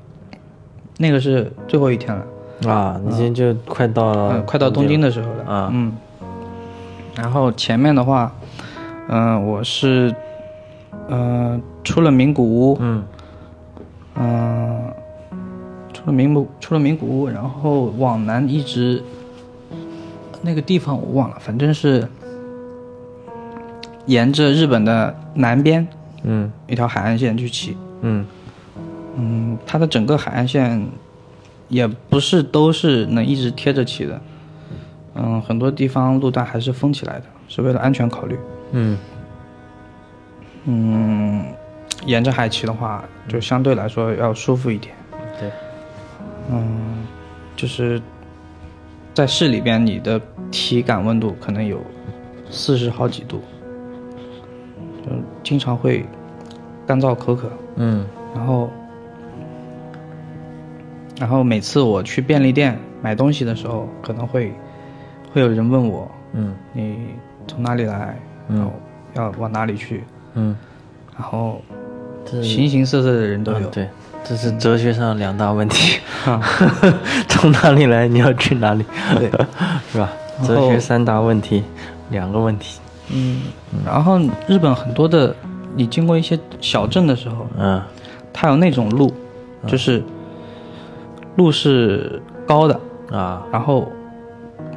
S2: 那个是最后一天了，
S1: 啊，你现在就快到
S2: 嗯，
S1: 了，
S2: 快到东京的时候了，
S1: 啊
S2: 嗯。然后前面的话，嗯、我是，呃，出了名古屋，
S1: 嗯
S2: 嗯，出了名古出了名古屋，然后往南一直，那个地方我忘了，反正是沿着日本的南边
S1: 嗯
S2: 一条海岸线去骑。
S1: 嗯
S2: 嗯，它的整个海岸线也不是都是能一直贴着骑的，嗯，很多地方路段还是封起来的，是为了安全考虑。
S1: 嗯
S2: 嗯，沿着海骑的话，就相对来说要舒服一点。
S1: 对，
S2: 嗯，就是在市里边，你的体感温度可能有四十好几度，就经常会干燥口渴。
S1: 嗯
S2: 然后，然后每次我去便利店买东西的时候，可能会会有人问我，
S1: 嗯
S2: 你从哪里来，然后要往哪里去，
S1: 嗯，
S2: 然后
S1: 这
S2: 形形色色的人都
S1: 啊
S2: 有。
S1: 对，这是哲学上两大问题， 从哪里来，你要去哪里，
S2: 嗯对，
S1: 是吧？
S2: 然
S1: 哲
S2: 后
S1: 学三大问题，两个问题，
S2: 嗯，然后日本很多的，你经过一些小镇的时候，
S1: 嗯
S2: 它有那种路，就是路是高的，
S1: 啊，
S2: 然后，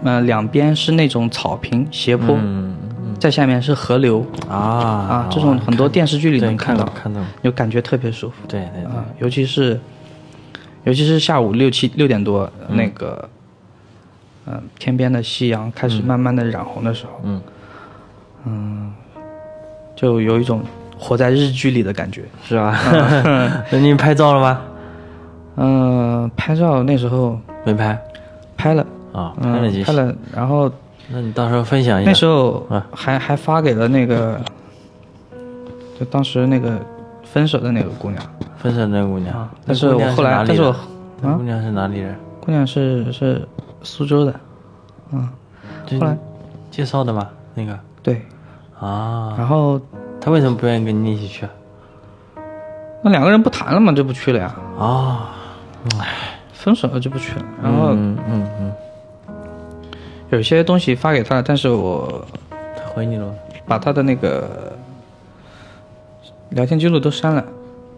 S2: 呃，两边是那种草坪斜坡，
S1: 嗯
S2: 在下面是河流
S1: 啊啊
S2: 啊，这种很多电视剧里
S1: 对
S2: 能
S1: 看
S2: 看
S1: 到
S2: 到，
S1: 看到，
S2: 就感觉特别舒服
S1: 对对对
S2: 啊，尤其是，尤其是下午六七六点多、那个，嗯、天边的夕阳开始慢慢的染红的时候，嗯
S1: 嗯
S2: 就有一种活在日剧里的感觉。
S1: 是 吧？那你拍照了吗？
S2: 嗯、拍照那时候
S1: 没拍
S2: 拍了，
S1: 啊，
S2: 嗯、
S1: 拍了几
S2: 拍
S1: 张，
S2: 了，然后
S1: 那你到时候分享一下
S2: 那时候
S1: 啊
S2: 还、还发给了那个，就当时那个分手的那个姑娘，
S1: 分手那姑娘，
S2: 但
S1: 那
S2: 是
S1: 姑
S2: 我
S1: 娘
S2: 后
S1: 哪
S2: 来，
S1: 里
S2: 但是我
S1: 人
S2: 啊
S1: 那姑娘是哪里人？
S2: 姑娘是是苏州的，嗯，
S1: 就
S2: 后来
S1: 介绍的吗？那个
S2: 对，
S1: 啊，
S2: 然后
S1: 他为什么不愿意跟你一起去啊？
S2: 那两个人不谈了嘛，就不去了呀，
S1: 啊，
S2: 分手了就不去了。然后
S1: 嗯嗯嗯，
S2: 有些东西发给他，但是我
S1: 他回你了吗？
S2: 把他的那个聊天记录都删了，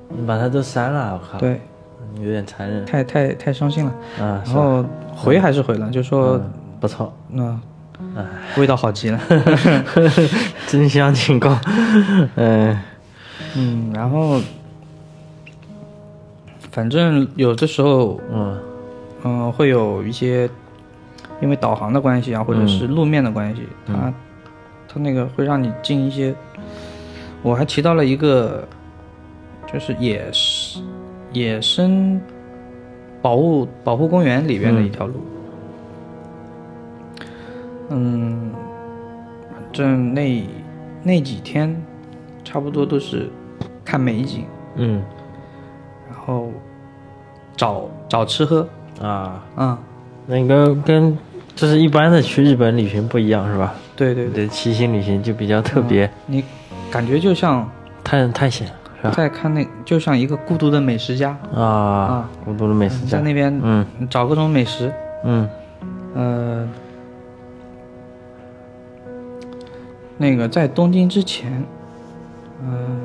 S1: 你把他都删了，我靠，
S2: 对，
S1: 有点残忍
S2: 太太太伤心了。
S1: 嗯啊。
S2: 然后回还是回了，就说
S1: 嗯不错，
S2: 嗯，味道好极了。
S1: 真香警告， 嗯
S2: 嗯，然后反正有的时候，
S1: 嗯
S2: 嗯、会有一些因为导航的关系啊，或者是路面的关系，它它那个会让你进一些。我还提到了一个，就是野生野生保护保护公园里边的一条路。嗯，反正那那几天差不多都是看美景，
S1: 嗯
S2: 然后找找吃喝，
S1: 啊，
S2: 嗯，
S1: 那个跟就是一般的去日本旅行不一样是吧？
S2: 对对
S1: 你
S2: 对，
S1: 的骑行旅行就比较特别，
S2: 你感觉就像
S1: 探探险是吧？
S2: 在看那，就像一个孤独的美食家，
S1: 啊，孤独的美食
S2: 你
S1: 家
S2: 在，那边
S1: 嗯
S2: 找各种美食，
S1: 嗯
S2: 呃，那个在东京之前，嗯、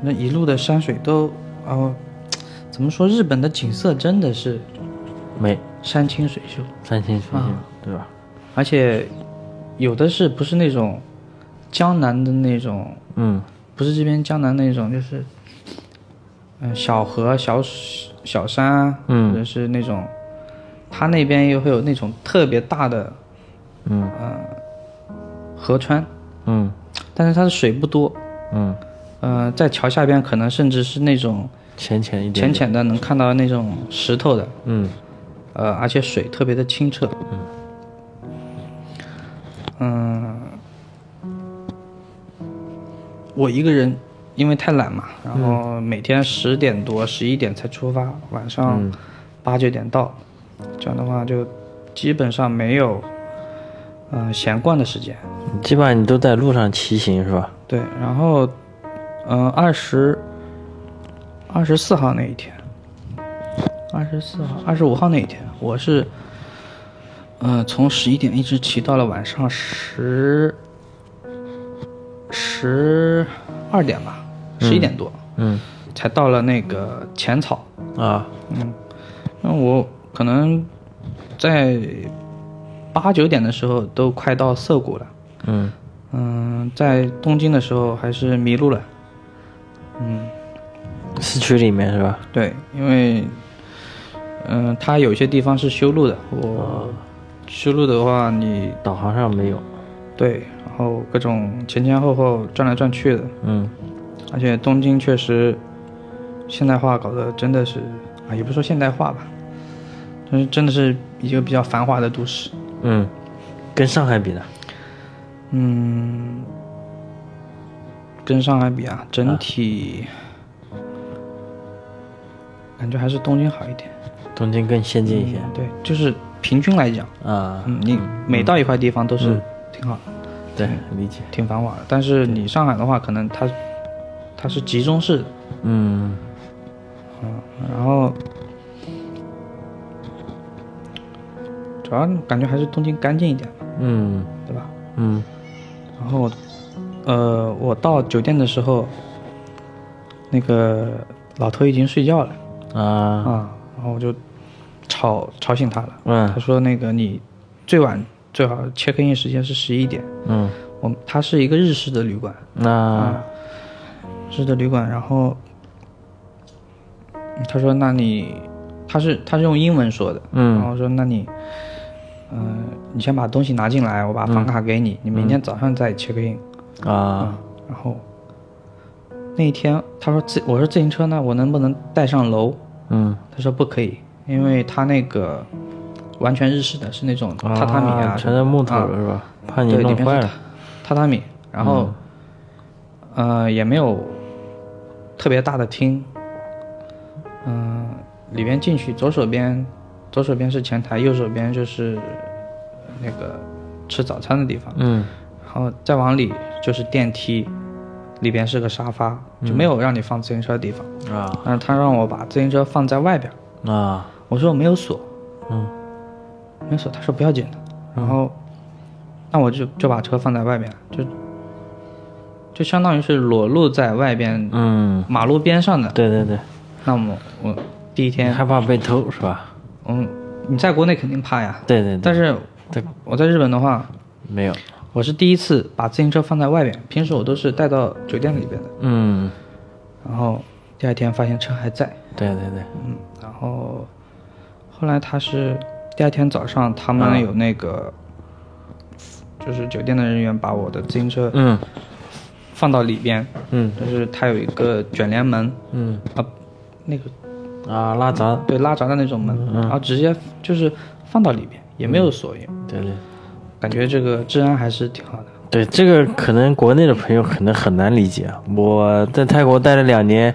S2: 那一路的山水都，哦，怎么说？日本的景色真的是
S1: 美
S2: 山清水秀，
S1: 三星水星
S2: 啊
S1: 对吧？
S2: 而且有的是不是那种江南的那种
S1: 嗯
S2: 不是这边江南那种，就是，嗯、小河、小水小山啊，
S1: 嗯
S2: 或者是那种，它那边又会有那种特别大的呃
S1: 嗯
S2: 河川，
S1: 嗯
S2: 但是它的水不多，
S1: 嗯，
S2: 呃，在桥下边可能甚至是那种
S1: 浅浅一点，
S2: 浅，浅的能看到那种石头的，
S1: 嗯
S2: 呃，而且水特别的清澈，嗯，我一个人因为太懒嘛，然后每天十点多、十一点才出发，晚上
S1: 嗯
S2: 八九点到，这样的话就基本上没有嗯、呃闲逛的时间。
S1: 基本上你都在路上骑行是吧？
S2: 对，然后嗯二十二十四号那一天，二十四号、二十五号那一天，我是呃从十一点一直骑到了晚上十十二点吧，十一点多、
S1: 嗯
S2: 才到了那个浅草。
S1: 啊
S2: 那我可能在八九点的时候都快到涩谷了。
S1: 嗯
S2: 嗯，在东京的时候还是迷路了。嗯，
S1: 市区里面是吧？
S2: 对，因为，嗯、它有些地方是修路的，我修路的话你
S1: 导航上没有，
S2: 对，然后各种前前后后转来转去的，
S1: 嗯
S2: 而且东京确实现代化搞得真的是啊，也不说现代化吧，但是真的是一个比较繁华的都市。
S1: 嗯，跟上海比呢？
S2: 嗯，跟上海比啊，整体、感觉还是东京好一点。
S1: 东京更先进一些
S2: 对，就是平均来讲，
S1: 啊，
S2: 嗯，你每到一块地方都是挺好的，
S1: 对，
S2: 嗯
S1: 理解，
S2: 挺繁华的。但是你上海的话，可能它它是集中式的，
S1: 嗯
S2: 嗯，然后主要感觉还是东京干净一点，
S1: 嗯
S2: 对吧？
S1: 嗯
S2: 然后，呃，我到酒店的时候，那个老头已经睡觉了
S1: 啊
S2: 啊，然后我就吵吵醒他了。他
S1: 嗯
S2: 说那个你最晚最好 check in 时间是十一点。
S1: 嗯，
S2: 我们它是一个日式的旅馆，啊
S1: 那
S2: 日式的旅馆。然后他说那你，他是他是用英文说的，然
S1: 嗯
S2: 后说那你，嗯、你先把东西拿进来，我把
S1: 嗯
S2: 房卡给你，你明天早上再 check in。
S1: 啊
S2: 然后那一天他说自我说自行车呢，我能不能带上楼？
S1: 嗯，
S2: 他说不可以，因为他那个完全日式的是那种榻榻米啊，
S1: 全是木头
S2: 啊
S1: 了是吧？怕你
S2: 对，里
S1: 弄
S2: 面
S1: 坏
S2: 是榻
S1: 了，
S2: 榻榻米，然后、
S1: 嗯
S2: 呃也没有特别大的厅，嗯、里边进去左手边左手边是前台，右手边就是那个吃早餐的地方，
S1: 嗯
S2: 然后再往里就是电梯，里边是个沙发，
S1: 嗯
S2: 就没有让你放自行车的地方。
S1: 啊
S2: 但是他让我把自行车放在外边儿，
S1: 啊
S2: 我说我没有锁，
S1: 嗯
S2: 没有锁，他说不要紧的。然后，那我就就把车放在外面，就就相当于是裸露在外边
S1: 嗯，
S2: 马路边上的。
S1: 对对对，
S2: 那么我第一
S1: 你
S2: 天，
S1: 害怕被偷是吧？
S2: 嗯，你在国内肯定怕呀，
S1: 对对对，
S2: 但是
S1: 对
S2: 我在日本的话，
S1: 没有，
S2: 我是第一次把自行车放在外边，平时我都是带到酒店里边的。
S1: 嗯，
S2: 然后第二天发现车还在，
S1: 对对对，
S2: 嗯，然后后来他是第二天早上，他
S1: 嗯
S2: 们有那个、就是酒店的人员把我的自行车
S1: 嗯
S2: 放到里边，
S1: 嗯
S2: 就是它有一个卷帘门
S1: 嗯
S2: 啊，那个
S1: 啊，拉闸，
S2: 对拉闸的那种门，
S1: 嗯
S2: 然后直接就是放到里边，也没有锁也，
S1: 对对。
S2: 感觉这个治安还是挺好的。
S1: 对这个，可能国内的朋友可能很难理解。啊我在泰国待了两年，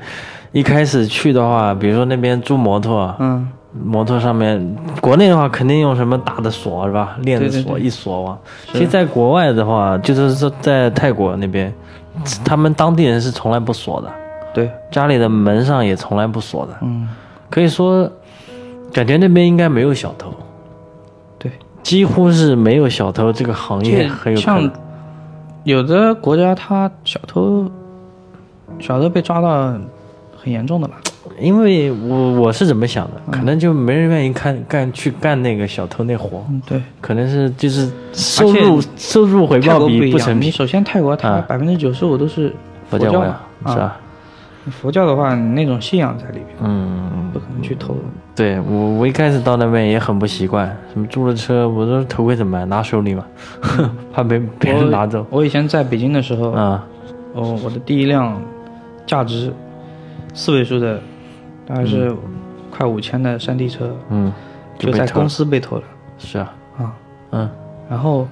S1: 一开始去的话，比如说那边租摩托，啊
S2: 嗯，
S1: 摩托上面，国内的话肯定用什么大的锁是吧？链子锁一锁往。其实，在国外的话，就是说在泰国那边，他们当地人是从来不锁的，
S2: 对，
S1: 家里的门上也从来不锁的。
S2: 嗯，
S1: 可以说，感觉那边应该没有小偷，
S2: 对，
S1: 几乎是没有小偷这个行业很有可能
S2: 像。有的国家他小偷小偷被抓到很严重的吧？
S1: 因为我我是怎么想
S2: 嗯
S1: 的，可能就没人愿意看干去干那个小偷那活，
S2: 嗯，对。
S1: 可能是就是收入
S2: 而
S1: 收入回
S2: 泰
S1: 报
S2: 国
S1: 比
S2: 一
S1: 不
S2: 样，
S1: 成
S2: 你
S1: 比，
S2: 首先泰国它
S1: 啊
S2: 百分之九十五都是佛
S1: 教
S2: 教
S1: 呀
S2: 嘛，，
S1: 是
S2: 啊，
S1: 吧？
S2: 佛教的话，你那种信仰在里边，
S1: 嗯，
S2: 不可能去偷。
S1: 对我我一开始到那边也很不习惯，什么租了车，我说头盔怎么办？拿手里嘛， 怕被别人拿走。
S2: 嗯我以前在北京的时候，
S1: 啊，
S2: 哦，我的第一辆价值四位数的，大概是快五千的山地车，
S1: 嗯，
S2: 就
S1: 被
S2: 在
S1: 偷
S2: 公
S1: 了。
S2: 司被偷了
S1: 是啊，
S2: 啊，
S1: 嗯，
S2: 然后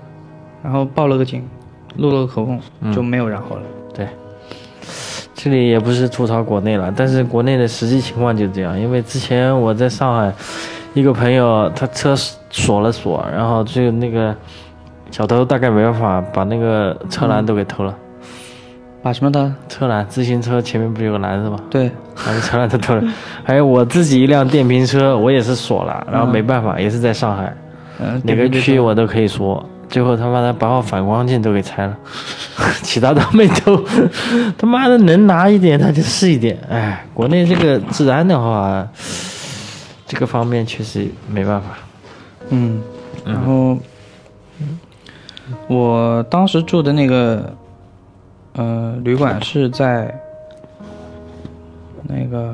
S2: 然后报了个警，录了个口供，就没有然后了。
S1: 对。这里也不是吐槽国内了，但是国内的实际情况就这样。因为之前我在上海，一个朋友他车锁了锁，然后就那个小偷大概没办法把那个车篮都给偷了。
S2: 把什么的？
S1: 车篮，自行车前面不是有个篮子吗？
S2: 对，
S1: 把那车篮哎都偷了。还有我自己一辆电瓶车，我也是锁了，然后没办法，也是在上海，
S2: 嗯，
S1: 哪个区我都可以说。最后他妈的把我反光镜都给拆 了，其他都没偷。他妈的能拿一点他就是一点。哎，国内这个治安的话，这个方面确实没办法。
S2: 嗯，然后我当时住的那个呃旅馆是在那个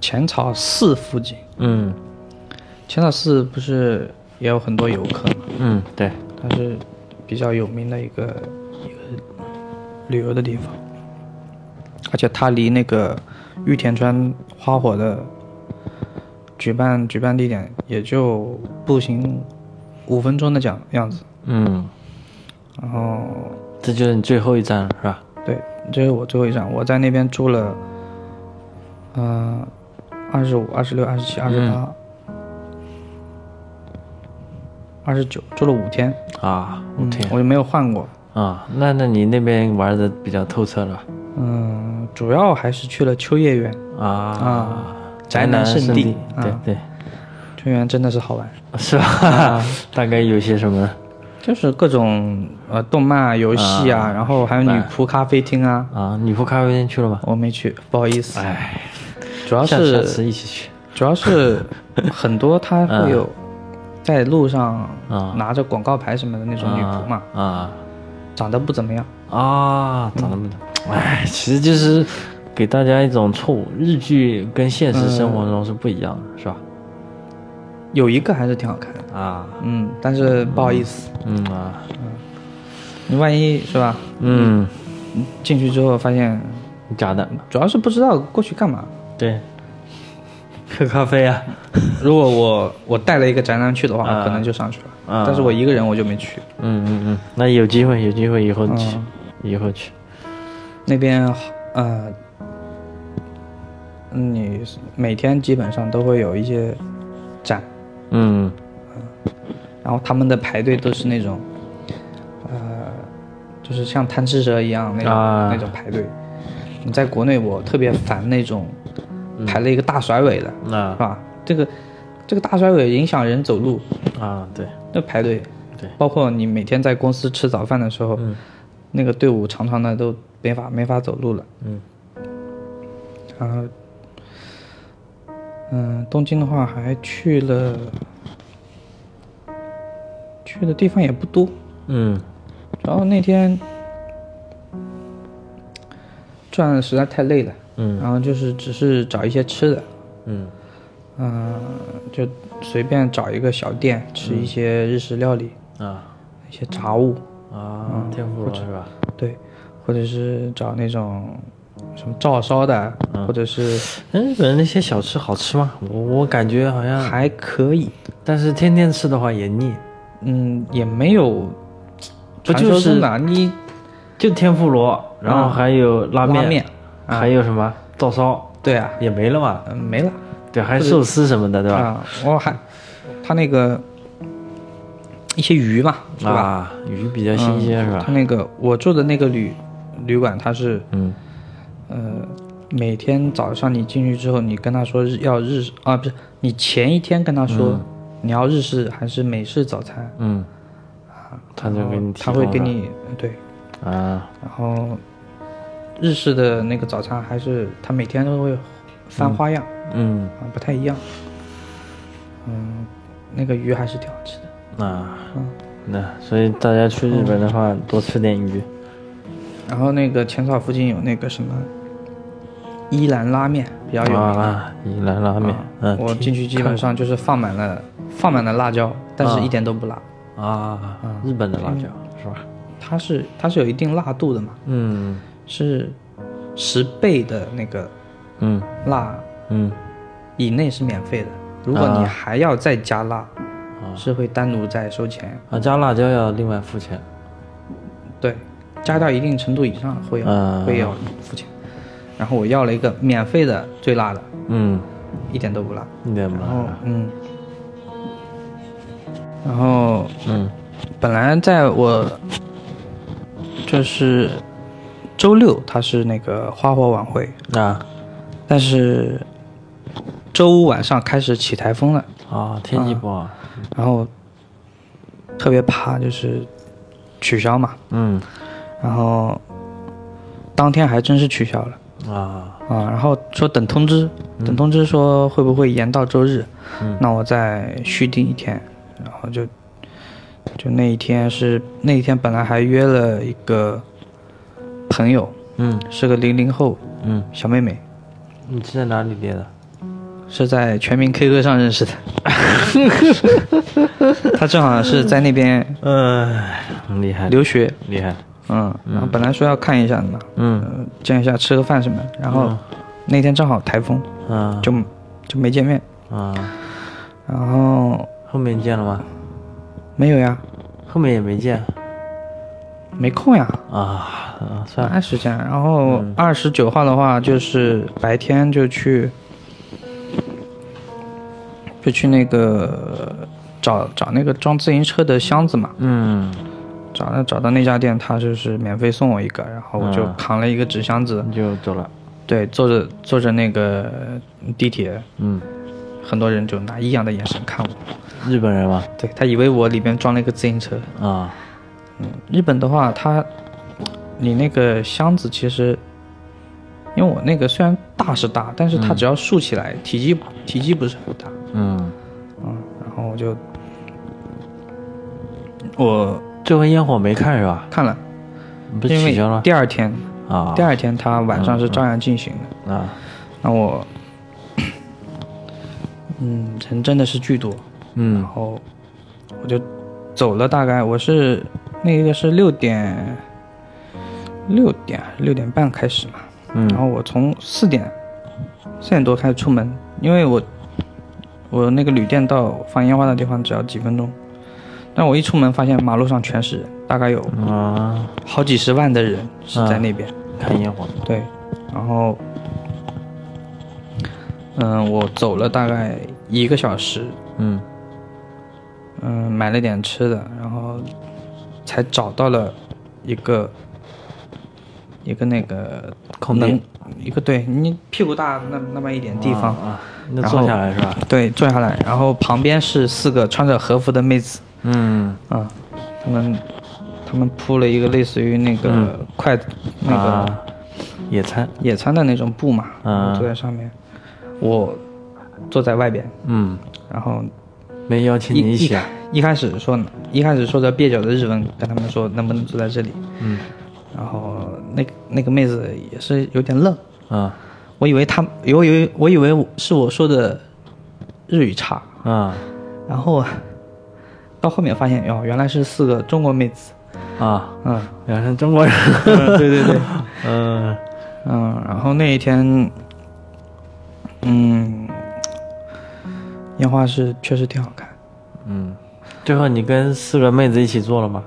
S2: 浅草寺附近。
S1: 嗯
S2: 浅草寺不是也有很多游客嘛？
S1: 嗯，对，
S2: 它是比较有名的一个一个旅游的地方，而且它离那个玉田川花火的举办举办地点也就步行五分钟的讲样子。
S1: 嗯，
S2: 然后，
S1: 这就是你最后一站了是吧？
S2: 对，这是我最后一站，我在那边住了，嗯、二十五、二十六、二十七、二十八、二十九，住了五天，
S1: 啊，我
S2: 嗯
S1: 天，
S2: 我就没有换过。
S1: 啊、那那你那边玩的比较透彻了
S2: 嗯，主要还是去了秋叶原，
S1: 啊
S2: 啊
S1: 宅
S2: 宅
S1: 男
S2: 男圣
S1: 圣
S2: 地
S1: 地，对
S2: 啊
S1: 对，
S2: 秋叶原真的是好玩，
S1: 是吧？
S2: 啊
S1: 大概有些什么
S2: 就是各种呃动漫啊、游戏啊，然后还有女仆咖啡厅啊，
S1: 啊？女仆咖啡店去了吗？
S2: 我没去，不好意思，
S1: 哎，
S2: 主要
S1: 下下
S2: 是
S1: 次一起去
S2: 主 要是很多他会有在路上
S1: 啊
S2: 拿着广告牌什么的那种女仆嘛，
S1: 啊
S2: 长得不怎么样，
S1: 啊，长那么大，哎，其实就是给大家一种错误，日剧跟现实生活中是不一样的，是吧？
S2: 有一个还是挺好看的，
S1: 啊，
S2: 嗯，但是不好意思，
S1: 嗯啊，
S2: 你万一是吧，
S1: 嗯，
S2: 进去之后发现，
S1: 假的，
S2: 主要是不知道过去干嘛。
S1: 对，喝咖啡啊，
S2: 如果我我带了一个宅男去的话，
S1: 啊
S2: 可能就上去了。
S1: 啊
S2: 但是我一个人我就没去。
S1: 嗯嗯嗯，那有机会有机会以后去，
S2: 嗯
S1: 以后去，
S2: 那边呃，你每天基本上都会有一些展，
S1: 嗯
S2: 然后他们的排队都是那种呃就是像贪吃蛇一样那种、
S1: 啊
S2: 那种排队。你在国内我特别烦那种
S1: 嗯
S2: 排了一个大甩尾的，
S1: 那
S2: 是吧？这个这个大甩尾影响人走路，
S1: 啊，对，
S2: 那排队，
S1: 对，嗯
S2: 包括你每天在公司吃早饭的时候，那个队伍长长的都没法没法走路了。
S1: 嗯，
S2: 然后，嗯，东京的话还去了，去的地方也不多。
S1: 嗯
S2: 然后那天转的实在太累了，
S1: 嗯
S2: 然后就是只是找一些吃的，
S1: 嗯
S2: 嗯、就随便找一个小店吃
S1: 嗯
S2: 一些日式料理，
S1: 啊
S2: 一些杂物，
S1: 啊，天妇罗是吧？
S2: 对，或者是找那种什么照烧的，
S1: 嗯
S2: 或者是
S1: 那日本那些小吃好吃吗？我我感觉好像，
S2: 还可以，
S1: 但是天天吃的话也腻，
S2: 嗯，也没有
S1: 不
S2: 传
S1: 就
S2: 说
S1: 是
S2: 中的你
S1: 就天妇罗，然后还有拉面，
S2: 啊面，
S1: 还有什么照烧
S2: 对啊，
S1: 也没了嘛？
S2: 嗯，没了。
S1: 对，还有寿司什么的，对吧？
S2: 啊，我还他那个一些鱼嘛，对吧？
S1: 啊，鱼比较新鲜是
S2: 他
S1: 吧？
S2: 那个我住的那个旅旅馆，它是
S1: 嗯
S2: 呃每天早上你进去之后，你跟他说日要日式啊，不是你前一天跟他说、你要日式还是美式早餐，
S1: 嗯，他就给你提
S2: 他会
S1: 供
S2: 给
S1: 了
S2: 你对，
S1: 啊，
S2: 然后日式的那个早餐还是他每天都会翻花样、
S1: 嗯
S2: 啊，不太一样。嗯，那个鱼还是挺好吃的。
S1: 啊
S2: 嗯，
S1: 那所以大家去日本的话，多吃点鱼。
S2: 然后那个浅草附近有那个什么伊兰拉面比较有名，
S1: 啊，伊兰拉面，嗯，
S2: 我进去基本上就是放满了放满了辣椒，但是一点都不辣。
S1: 啊，日本的辣椒是吧？
S2: 它是它是有一定辣度的嘛，
S1: 嗯
S2: 是十倍的那个
S1: 嗯
S2: 辣
S1: 嗯
S2: 以内是免费的，如果
S1: 啊
S2: 你还要再加辣，是会单独再收钱。
S1: 啊，加辣椒要另外付钱。
S2: 对，加到一定程度以上会要、
S1: 啊
S2: 会要付钱。然后我要了一个免费的最辣的，
S1: 嗯，
S2: 一点都不辣。
S1: 一点不
S2: 然后
S1: 辣。
S2: 嗯，然后
S1: 嗯
S2: 本来在我就是周六，它是那个花火晚会，
S1: 啊
S2: 但是周五晚上开始起台风了，
S1: 啊，天气不好。
S2: 然后特别怕就是取消嘛，
S1: 嗯
S2: 然后当天还真是取消了。
S1: 啊
S2: 啊，然后说等通知，等通知说会不会延到周日，那我再续订一天，然后就就那一天是那一天本来还约了一个朋友，
S1: 嗯
S2: 是个零零后
S1: 嗯，
S2: 小妹妹，
S1: 你是在哪里练的？
S2: 是在全民 QQ 上认识的，她正好是在那边
S1: 嗯，厉害
S2: 留学，
S1: 厉害。
S2: 嗯，然后本来说要看一下的嘛，
S1: 嗯
S2: 呃见一下吃个饭什么的，然后那天正好台风，
S1: 啊
S2: 就就没见面，
S1: 啊，
S2: 然后。
S1: 后面见了吗？
S2: 没有呀，
S1: 后面也没见
S2: 没空呀，
S1: 啊啊，嗯算了。
S2: 那时间。然后二十九号的话，就是白天就去，就去那个找找那个装自行车的箱子嘛，
S1: 嗯，
S2: 找到找到那家店，他就是免费送我一个，然后我就
S1: 嗯
S2: 扛了一个纸箱子，
S1: 你就走了。
S2: 对，坐着坐着那个地铁，
S1: 嗯，
S2: 很多人就拿异样的眼神看我，
S1: 日本人吗？
S2: 对他以为我里面装了一个自行车，
S1: 啊，
S2: 日本的话，它你那个箱子其实，因为我那个虽然大是大，但是它只要竖起来，体积体积不是很大，
S1: 嗯，
S2: 嗯，然后我就我
S1: 这回烟火没看是吧？
S2: 看了，
S1: 你不是
S2: 因
S1: 取
S2: 为
S1: 消了
S2: 第二天，
S1: 啊嗯
S2: 第二天它晚上是照样进行的，
S1: 啊，
S2: 那我，嗯，人真的是巨多，然
S1: 嗯
S2: 后我就走了，大概我是那个是六点六点六点半开始嘛，
S1: 嗯
S2: 然后我从四点四点多开始出门，因为我我那个旅店到放烟花的地方只要几分钟，但我一出门发现马路上全是人，大概有
S1: 啊，
S2: 好几十万的人是在那边，
S1: 看烟火
S2: 对，然后。嗯，我走了大概一个小时，
S1: 嗯
S2: 嗯，买了点吃的，然后才找到了一个一个那个
S1: 空地
S2: 能一个对你屁股大那那么一点地方，
S1: 啊，那
S2: 然后
S1: 坐下来是吧？
S2: 对，坐下来，然后旁边是四个穿着和服的妹子，
S1: 嗯，
S2: 啊，他们他们铺了一个类似于那个
S1: 嗯
S2: 筷、那个
S1: 啊野餐，
S2: 野餐的那种布嘛，
S1: 嗯
S2: 我坐在上面，我坐在外边，
S1: 嗯，
S2: 然后
S1: 没邀请
S2: 一
S1: 你一
S2: 一
S1: 起
S2: 开
S1: 啊，
S2: 一开始说一开始说着蹩脚的日文，跟他们说能不能坐在这里，
S1: 嗯，
S2: 然后那那个妹子也是有点愣，
S1: 啊
S2: 我以为她，我以为我以为是我说的日语差，
S1: 啊
S2: 然后到后面发现哦哟，原来是四个中国妹子，
S1: 啊，
S2: 嗯，
S1: 两成中国人，
S2: 对对对，
S1: 嗯
S2: 嗯，然后那一天，嗯，烟花是确实挺好看，
S1: 嗯，最后你跟四个妹子一起做了吗？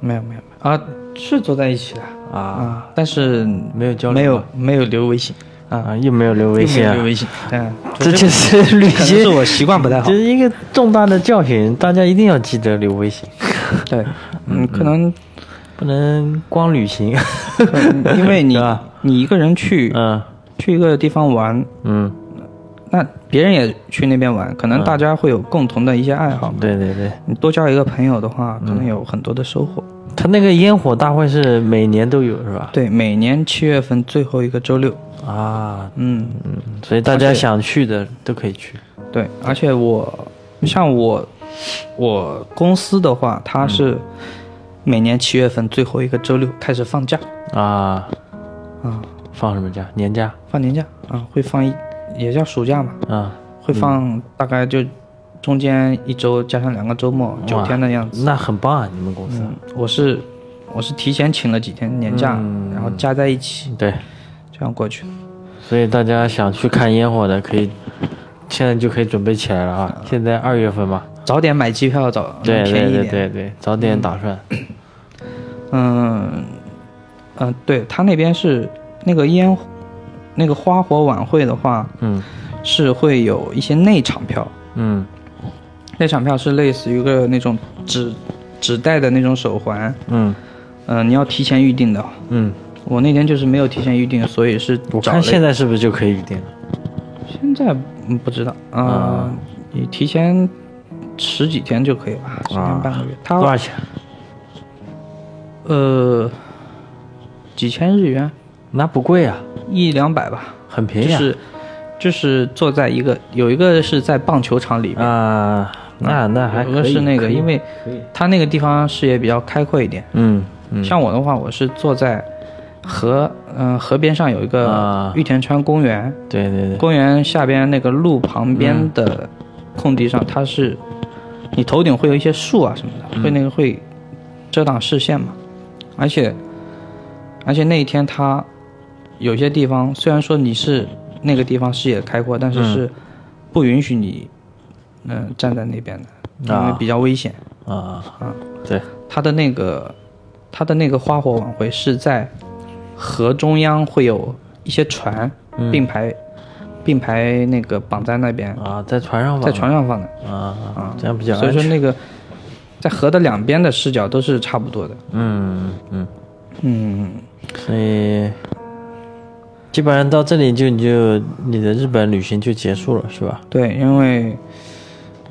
S2: 没有没有没有啊，是坐在一起的
S1: 啊
S2: 啊，但是
S1: 没有交流
S2: 没有
S1: 吗
S2: 没有留微信啊，
S1: 啊，又没有留微信
S2: 并没有
S1: 啊
S2: 留，微信，嗯，
S1: 这就是旅
S2: 可能是
S1: 行，
S2: 我习惯不太好
S1: 这，是一个重大的教训，大家一定要记得留微信，
S2: 对，嗯，可能
S1: 不能光旅行。
S2: 可能因为你
S1: 是吧
S2: 你一个人去
S1: 嗯
S2: 去一个地方玩，
S1: 嗯，
S2: 那别人也去那边玩，可能大家会有共同的一些爱好嘛。
S1: 对对对，
S2: 你多交一个朋友的话，可
S1: 嗯
S2: 能有很多的收获。
S1: 他那个烟火大会是每年都有是吧？
S2: 对，每年七月份最后一个周六，
S1: 啊，
S2: 嗯，
S1: 嗯，所以大家想去的都可以去。
S2: 对，而且我像我我公司的话，
S1: 嗯
S2: 它是每年七月份最后一个周六开始放假
S1: 啊，
S2: 啊，
S1: 放什么假？年假
S2: 放年假啊，会放一也叫暑假嘛，
S1: 啊？
S2: 会放大概就中间一周加上两个周末，九
S1: 哇
S2: 天的样子。
S1: 那很棒啊！你们公司、
S2: 嗯，我是我是提前请了几天年假，
S1: 嗯
S2: 然后加在一起
S1: 对，
S2: 这样过去。
S1: 所以大家想去看烟火的，可以现在就可以准备起来了啊！现在二月份嘛，
S2: 早点买机票，早
S1: 对
S2: 能嗯便
S1: 对
S2: 宜一
S1: 对
S2: 点。
S1: 对对，早点打算。
S2: 嗯嗯，对他那边是那个烟火那个花火晚会的话，
S1: 嗯
S2: 是会有一些内场票，
S1: 嗯
S2: 内场票是类似于一个那种纸纸袋的那种手环，
S1: 嗯
S2: 嗯、你要提前预定的。
S1: 嗯，
S2: 我那天就是没有提前预定，所以是
S1: 我
S2: 找了
S1: 看现在是不是就可以预定了？
S2: 现在嗯不知道，嗯、
S1: 啊
S2: 你提前十几天就可以吧，十
S1: 啊
S2: 天半个月。
S1: 多
S2: 它
S1: 少钱？
S2: 呃几千日元，
S1: 那不贵啊，
S2: 一两百吧，
S1: 很
S2: 就
S1: 便宜啊。
S2: 是就是坐在一个有一个是在棒球场里面，
S1: 啊，那那还
S2: 有一个
S1: 可以。
S2: 是那个，
S1: 可以
S2: 因为
S1: 可以
S2: 它那个地方视野比较开阔一点。
S1: 嗯嗯
S2: 像我的话，我是坐在河嗯、河边上有一个
S1: 啊
S2: 玉田川公园，
S1: 对对对，
S2: 公园下边那个路旁边的空地上，它是你头顶会有一些树啊什么
S1: 嗯
S2: 的，会那个会遮挡视线嘛。而且而且那一天它有些地方虽然说你是那个地方视野开阔，但是
S1: 嗯
S2: 是不允许你嗯、呃站在那边的，因为
S1: 啊
S2: 比较危险。
S1: 啊，
S2: 嗯
S1: 对，
S2: 它的那个它的那个花火晚会是在河中央会有一些船
S1: 嗯
S2: 并排、并排那个绑在那边，
S1: 啊，在船上吧，
S2: 在船上放的，
S1: 啊，这样比较
S2: 所以
S1: 安
S2: 说
S1: 全。
S2: 那个在河的两边的视角都是差不多的。
S1: 嗯嗯，
S2: 嗯，
S1: 所以基本上到这里就你就你的日本旅行就结束了，是吧？
S2: 对，因为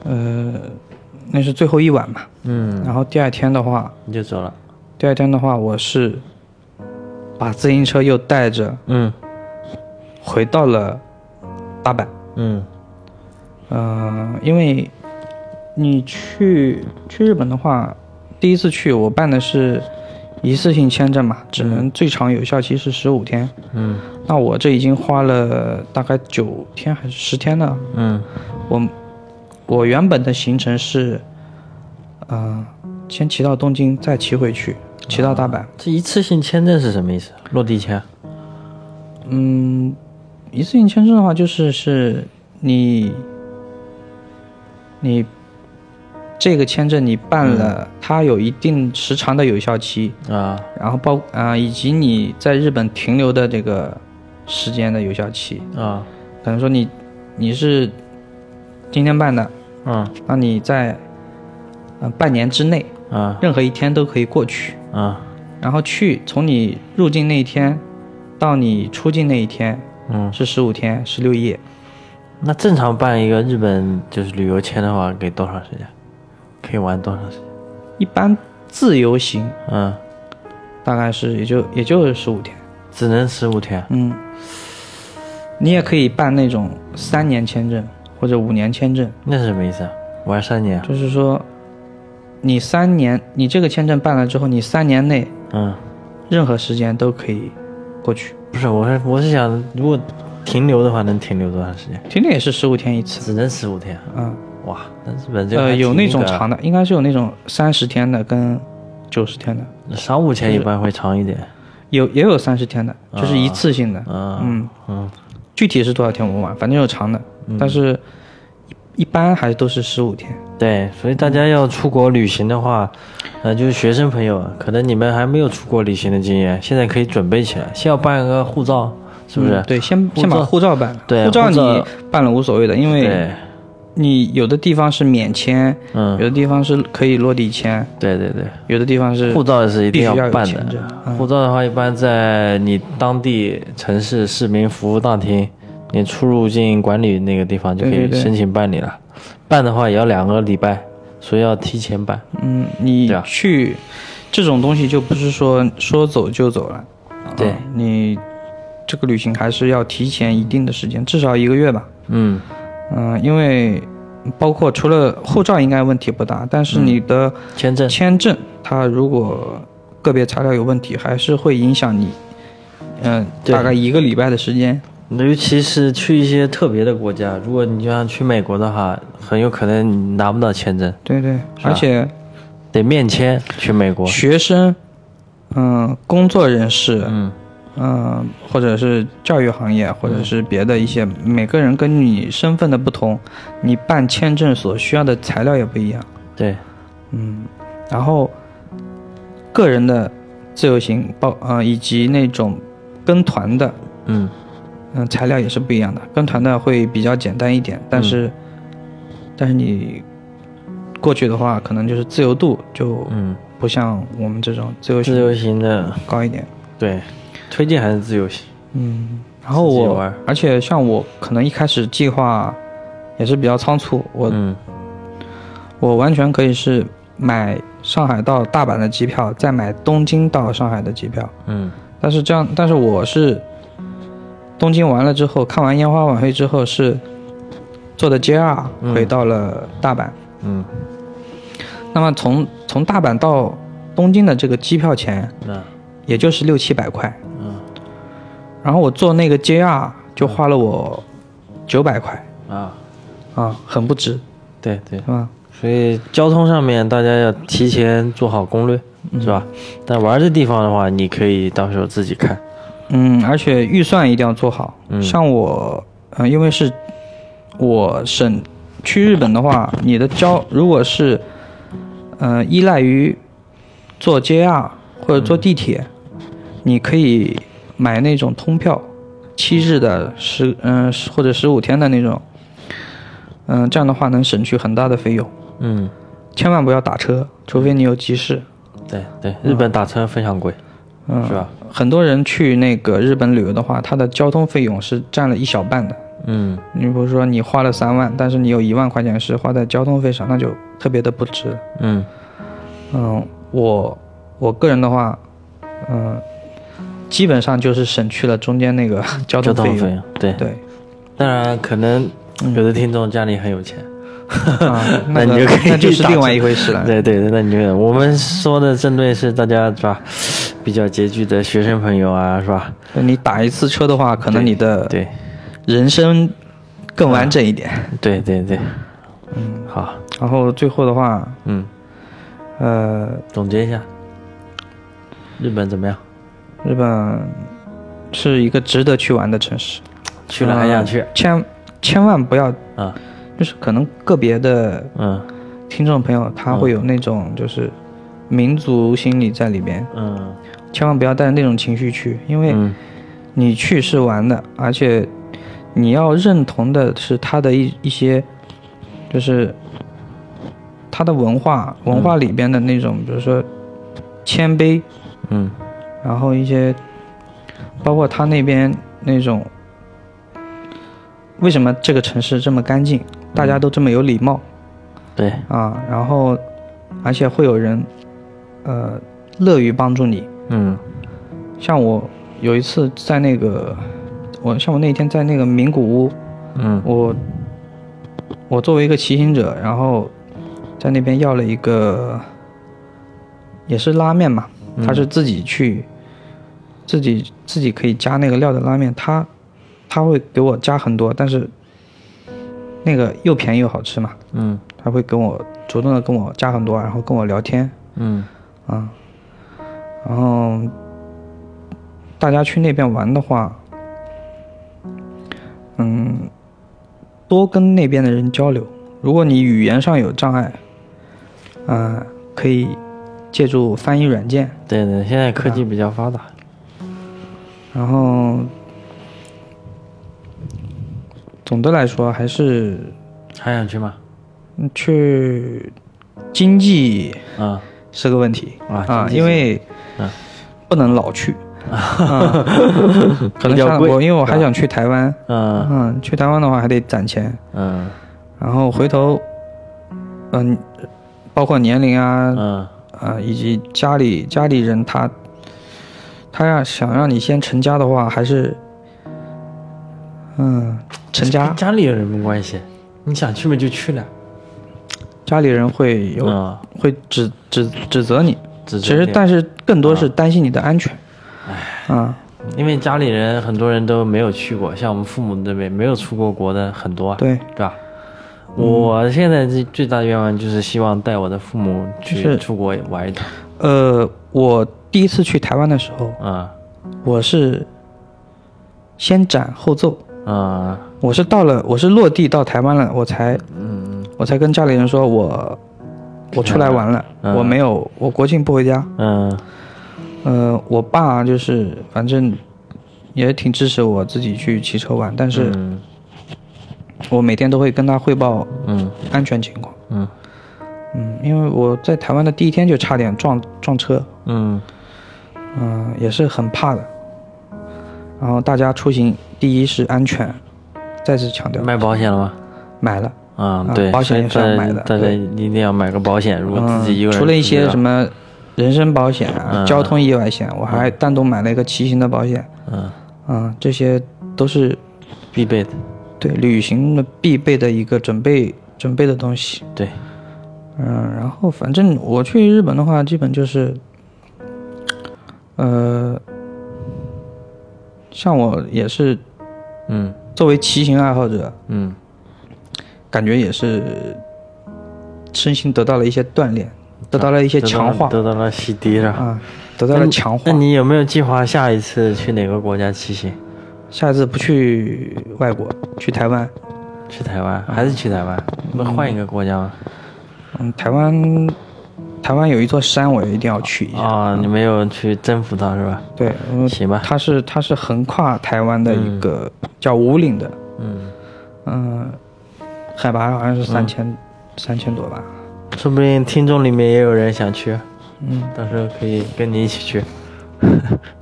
S2: 呃那是最后一晚嘛，
S1: 嗯，
S2: 然后第二天的话，
S1: 你就走了。
S2: 第二天的话我是把自行车又带着
S1: 嗯
S2: 回到了大阪。
S1: 嗯
S2: 嗯，因为你去去日本的话，第一次去我办的是一次性签证嘛，只能最长有效期是十五天。
S1: 嗯
S2: 那我这已经花了大概九天还是十天了。
S1: 嗯
S2: 我我原本的行程是，呃，先骑到东京，再骑回去，骑到大阪。
S1: 这一次性签证是什么意思？落地签？
S2: 嗯，一次性签证的话，就是是你，你这个签证你办了，它有一定时长的有效期，
S1: 啊
S2: 然后包啊、以及你在日本停留的这个时间的有效期，
S1: 啊
S2: 可能说你你是今天办的，
S1: 嗯
S2: 那你在嗯、呃半年之内
S1: 啊
S2: 任何一天都可以过去，
S1: 啊
S2: 然后去从你入境那一天到你出境那一天
S1: 嗯，
S2: 是十五天，十六夜，
S1: 那正常办一个日本就是旅游签的话，给多长时间？可以玩多长时间？
S2: 一般自由行
S1: 嗯，
S2: 大概是也就也就是十五天。
S1: 只能十五天。
S2: 嗯，你也可以办那种三年签证或者五年签证，
S1: 那是什么意思啊？玩三年？
S2: 就是说，你三年，你这个签证办了之后，你三年内
S1: 嗯，
S2: 任何时间都可以过去，
S1: 不是，我是我是想，如果停留的话，能停留多长时间？
S2: 停留也是十五天一次。
S1: 只能十五天。啊
S2: 嗯，
S1: 哇，那日本这个还
S2: 呃，
S1: 挺
S2: 有那种
S1: 个啊
S2: 长的，应该是有那种三十天的跟九十天的，
S1: 商务签一般会长一点。
S2: 有也有三十天的，就是一次性的。
S1: 啊
S2: 嗯，
S1: 嗯
S2: 具体是多少天我忘了，反正有长的，但是一一般还都是十五天。
S1: 对，所以大家要出国旅行的话，呃，就是学生朋友，可能你们还没有出国旅行的经验，现在可以准备起来，先要办个护照，是不是？
S2: 嗯对，先先把
S1: 照
S2: 护照办了。
S1: 对
S2: 护照
S1: 护照
S2: 你办了无所谓的，因为
S1: 对，
S2: 你有的地方是免签，
S1: 嗯
S2: 有的地方是可以落地签，
S1: 对对对，
S2: 有的地方是
S1: 护照是一定
S2: 必须要有
S1: 办
S2: 签
S1: 的
S2: 证。嗯
S1: 护照的话，一般在你当地城市市民服务大厅，你出入境管理那个地方就可
S2: 对
S1: 以
S2: 对对
S1: 申请办理了。办的话也要两个礼拜，所以要提前办。
S2: 嗯，你
S1: 对啊
S2: 去这种东西就不是说说走就走了。
S1: 对
S2: 啊你这个旅行还是要提前一定的时间，至少一个月吧。
S1: 嗯，
S2: 嗯，因为包括除了护照应该问题不大，但是你的
S1: 签嗯证
S2: 签证它如果个别材料有问题，还是会影响你，嗯、
S1: 对
S2: 大概一个礼拜的时间。
S1: 尤其是去一些特别的国家，如果你就像去美国的话，很有可能你拿不到签证，
S2: 对对，
S1: 吧
S2: 而且
S1: 得面签去美国。
S2: 学生，嗯、工作人士，
S1: 嗯，
S2: 嗯，或者是教育行业，或者是别的一些，每个人根据你身份的不同，你办签证所需要的材料也不一样。
S1: 对，
S2: 嗯，然后个人的自由行包呃以及那种跟团的，
S1: 嗯，
S2: 嗯、材料也是不一样的。跟团的会比较简单一点，但是、
S1: 嗯
S2: 但是你过去的话，可能就是自由度就
S1: 嗯
S2: 不像我们这种自由
S1: 自
S2: 行
S1: 由行的，
S2: 高一点。
S1: 对，推荐还是自由行。
S2: 嗯，然后
S1: 自己
S2: 我
S1: 玩，
S2: 而且像我可能一开始计划也是比较仓促，我、
S1: 嗯
S2: 我完全可以是买上海到大阪的机票，再买东京到上海的机票。
S1: 嗯
S2: 但是这样，但是我是东京完了之后，看完烟花晚会之后是坐的 JR
S1: 嗯
S2: 回到了大阪。
S1: 嗯，
S2: 那么从从大阪到东京的这个机票钱
S1: 那
S2: 也就是六七百块，
S1: 嗯
S2: 然后我坐那个 JR 就花了我九百块。
S1: 啊，
S2: 啊，很不值，
S1: 对对
S2: 是，吧？
S1: 所以交通上面大家要提前做好攻略，是吧？但玩的地方的话，你可以到时候自己看。
S2: 嗯，而且预算一定要做好。
S1: 嗯
S2: 像我，嗯、因为是我省去日本的话，你的交如果是，呃，依赖于坐 JR 或者坐地铁，你可以买那种通票，七日的十嗯、10或者十五天的那种，嗯、这样的话能省去很大的费用。
S1: 嗯，
S2: 千万不要打车，除非你有急事。
S1: 对对，日本打车非常贵，
S2: 嗯，
S1: 是吧？
S2: 很多人去那个日本旅游的话，它的交通费用是占了一小半的。
S1: 嗯。
S2: 你比如说你花了三万，但是你有一万块钱是花在交通费上，那就特别的不值。
S1: 嗯
S2: 嗯，我我个人的话，嗯，基本上就是省去了中间那个 交
S1: 交
S2: 通费
S1: 通
S2: 用。
S1: 费，对。
S2: 对，
S1: 当然，可能有的听众家里很有钱，
S2: 啊，
S1: 那
S2: 个
S1: 你就可以
S2: 那就是
S1: 打
S2: 另外
S1: 折
S2: 一回事了。
S1: 对对对，那你就我们说的针对是大家是吧？比较拮据的学生朋友啊，是吧？
S2: 对，你打一次车的话，可能你的
S1: 对
S2: 人生更完整一点。
S1: 对对对，好，
S2: 然后最后的话，
S1: 嗯，
S2: 呃，
S1: 总结一下，日本怎么样？
S2: 日本是一个值得去玩的城市，
S1: 去了还想去
S2: 呃千千万不要，
S1: 啊？
S2: 就是可能个别的
S1: 嗯
S2: 听众朋友他会有那种就是民族心理在里边，
S1: 嗯
S2: 千万不要带着那种情绪去，因为
S1: 嗯
S2: 你去是玩的，而且你要认同的是他的一一些，就是他的文化文化里边的那种，比如说谦卑，
S1: 嗯
S2: 然后一些包括他那边那种，为什么这个城市这么干净，大家都这么有礼貌
S1: 对，
S2: 啊？然后而且会有人，呃，乐于帮助你。
S1: 嗯
S2: 像我有一次在那个，我像我那天在那个名古屋，
S1: 嗯
S2: 我我作为一个骑行者，然后在那边要了一个也是拉面嘛，他是自己去、自己自己可以加那个料的拉面，他他会给我加很多，但是那个又便宜又好吃嘛，
S1: 嗯
S2: 他会跟我主动的跟我加很多，然后跟我聊天
S1: 嗯
S2: 啊、然后大家去那边玩的话，嗯，多跟那边的人交流。如果你语言上有障碍，嗯、可以借助翻译软件，
S1: 对对，现在科技比较发达。
S2: 然后，总的来说还是
S1: 还想去吗？
S2: 嗯去经济
S1: 啊
S2: 是个问题
S1: 啊
S2: 啊，
S1: 经济
S2: 因为
S1: 嗯
S2: 不能老去，啊可能
S1: 比较
S2: 像
S1: 贵
S2: 我，因为我还想去台湾，
S1: 嗯
S2: 嗯，去台湾的话还得攒钱，
S1: 嗯
S2: 然后回头，嗯，包括年龄啊，
S1: 嗯
S2: 呃，以及家里家里人他，他要想让你先成家的话，还是，嗯，成家
S1: 跟家里有人没关系，你想去嘛就去了。
S2: 家里人会有、
S1: 嗯，
S2: 会指指啊指责你，
S1: 只
S2: 其实但是更多是担心你的安全，啊，
S1: 因为家里人很多人都没有去过，像我们父母这边没有出过国的很多啊，
S2: 对，嗯
S1: 对吧？我现在最最大的愿望就是希望带我的父母去
S2: 是
S1: 出国玩一趟，
S2: 呃，我第一次去台湾的时候，
S1: 啊
S2: 我是先斩后奏，
S1: 啊
S2: 我是到了，我是落地到台湾了，我才，嗯，我才跟家里人说我我出来玩了，
S1: 嗯
S2: 我没有，我国庆不回家。
S1: 嗯
S2: 呃，我爸就是反正也挺支持我自己去骑车玩，但是
S1: 嗯
S2: 我每天都会跟他汇报
S1: 嗯
S2: 安全情况。
S1: 嗯
S2: 嗯，因为我在台湾的第一天就差点撞撞车，
S1: 嗯
S2: 嗯、也是很怕的。然后大家出行第一是安全，再次强调
S1: 嗯，买保险了吗？
S2: 买了。
S1: 啊
S2: 啊，
S1: 对，
S2: 保险也是要
S1: 大家
S2: 买的
S1: 大家
S2: 对
S1: 一定要买个保险。如果自己一个
S2: 嗯、
S1: 人，
S2: 除了一些什，么人身保险啊、
S1: 嗯
S2: 交通意外险，我还单独买了一个骑行的保险。
S1: 嗯，
S2: 嗯，这些都是
S1: 必备的，
S2: 对旅行的必备的一个准备准备的东西。
S1: 对，
S2: 嗯，然后反正我去日本的话，基本就是，呃，像我也是
S1: 嗯
S2: 作为骑行爱好者，
S1: 嗯
S2: 感觉也是身心得到了一些锻炼，得到了一些
S1: 得到
S2: 强化
S1: 得到了洗涤了。
S2: 啊，得到了强化
S1: 那。你有没有计划下一次去哪个国家骑行？
S2: 下次不去外国，去台湾。
S1: 去台湾
S2: 啊
S1: 还是去台湾？那换一个国家吗？
S2: 嗯，台湾，台湾有一座山，我一定要去一下。
S1: 啊，你没有去征服它是吧？
S2: 嗯对，嗯，
S1: 行吧，
S2: 它是它是横跨台湾的一个叫五岭的，
S1: 嗯，
S2: 嗯，海拔好像是三千三千多吧。
S1: 说不定听众里面也有人想去，
S2: 嗯
S1: 到时候可以跟你一起去。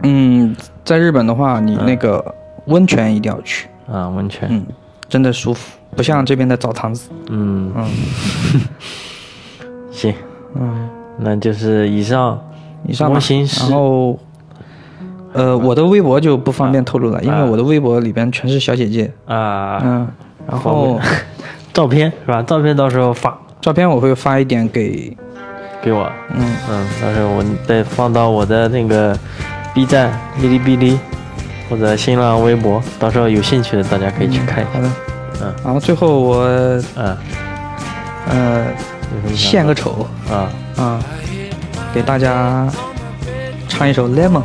S2: 嗯，在日本的话，
S1: 嗯
S2: 你那个温泉一定要去，
S1: 啊，温泉，
S2: 嗯，真的舒服，不像这边的澡堂子。
S1: 嗯，
S2: 嗯
S1: 行，
S2: 嗯，
S1: 那就是以上，
S2: 以上吧
S1: 模型。师
S2: 然后，呃，我的微博就不方便透露了，因为我的微博里边全是小姐姐。
S1: 啊，
S2: 嗯，然
S1: 方
S2: 后
S1: 照片是吧？照片到时候发
S2: 照片我会发一点给，
S1: 给我，
S2: 嗯，
S1: 嗯，到时候我再放到我的那个 B 站、哔哩哔哩或者新浪微博，到时候有兴趣的大家可以去看一
S2: 好
S1: 下。
S2: 的，
S1: 嗯
S2: 然后最后我
S1: 嗯，
S2: 呃
S1: 有什么想
S2: 献个丑
S1: 啊
S2: 啊，给大家唱一首《Lemon》，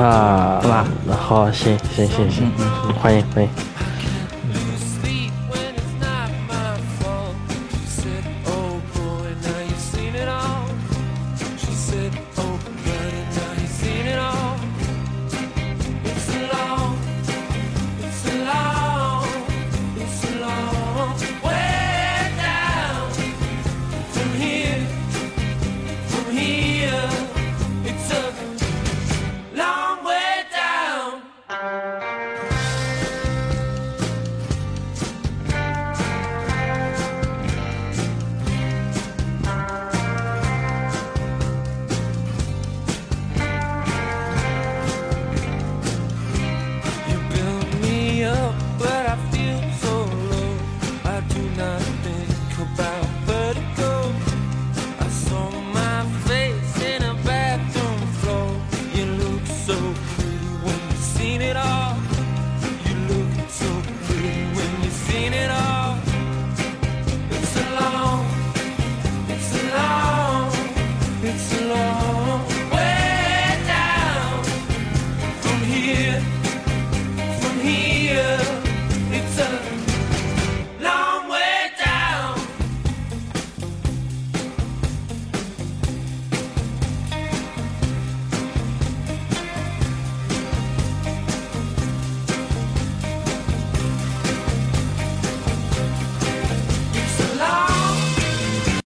S1: 啊，
S2: 好吧？嗯
S1: 好，行行行行，欢迎欢迎。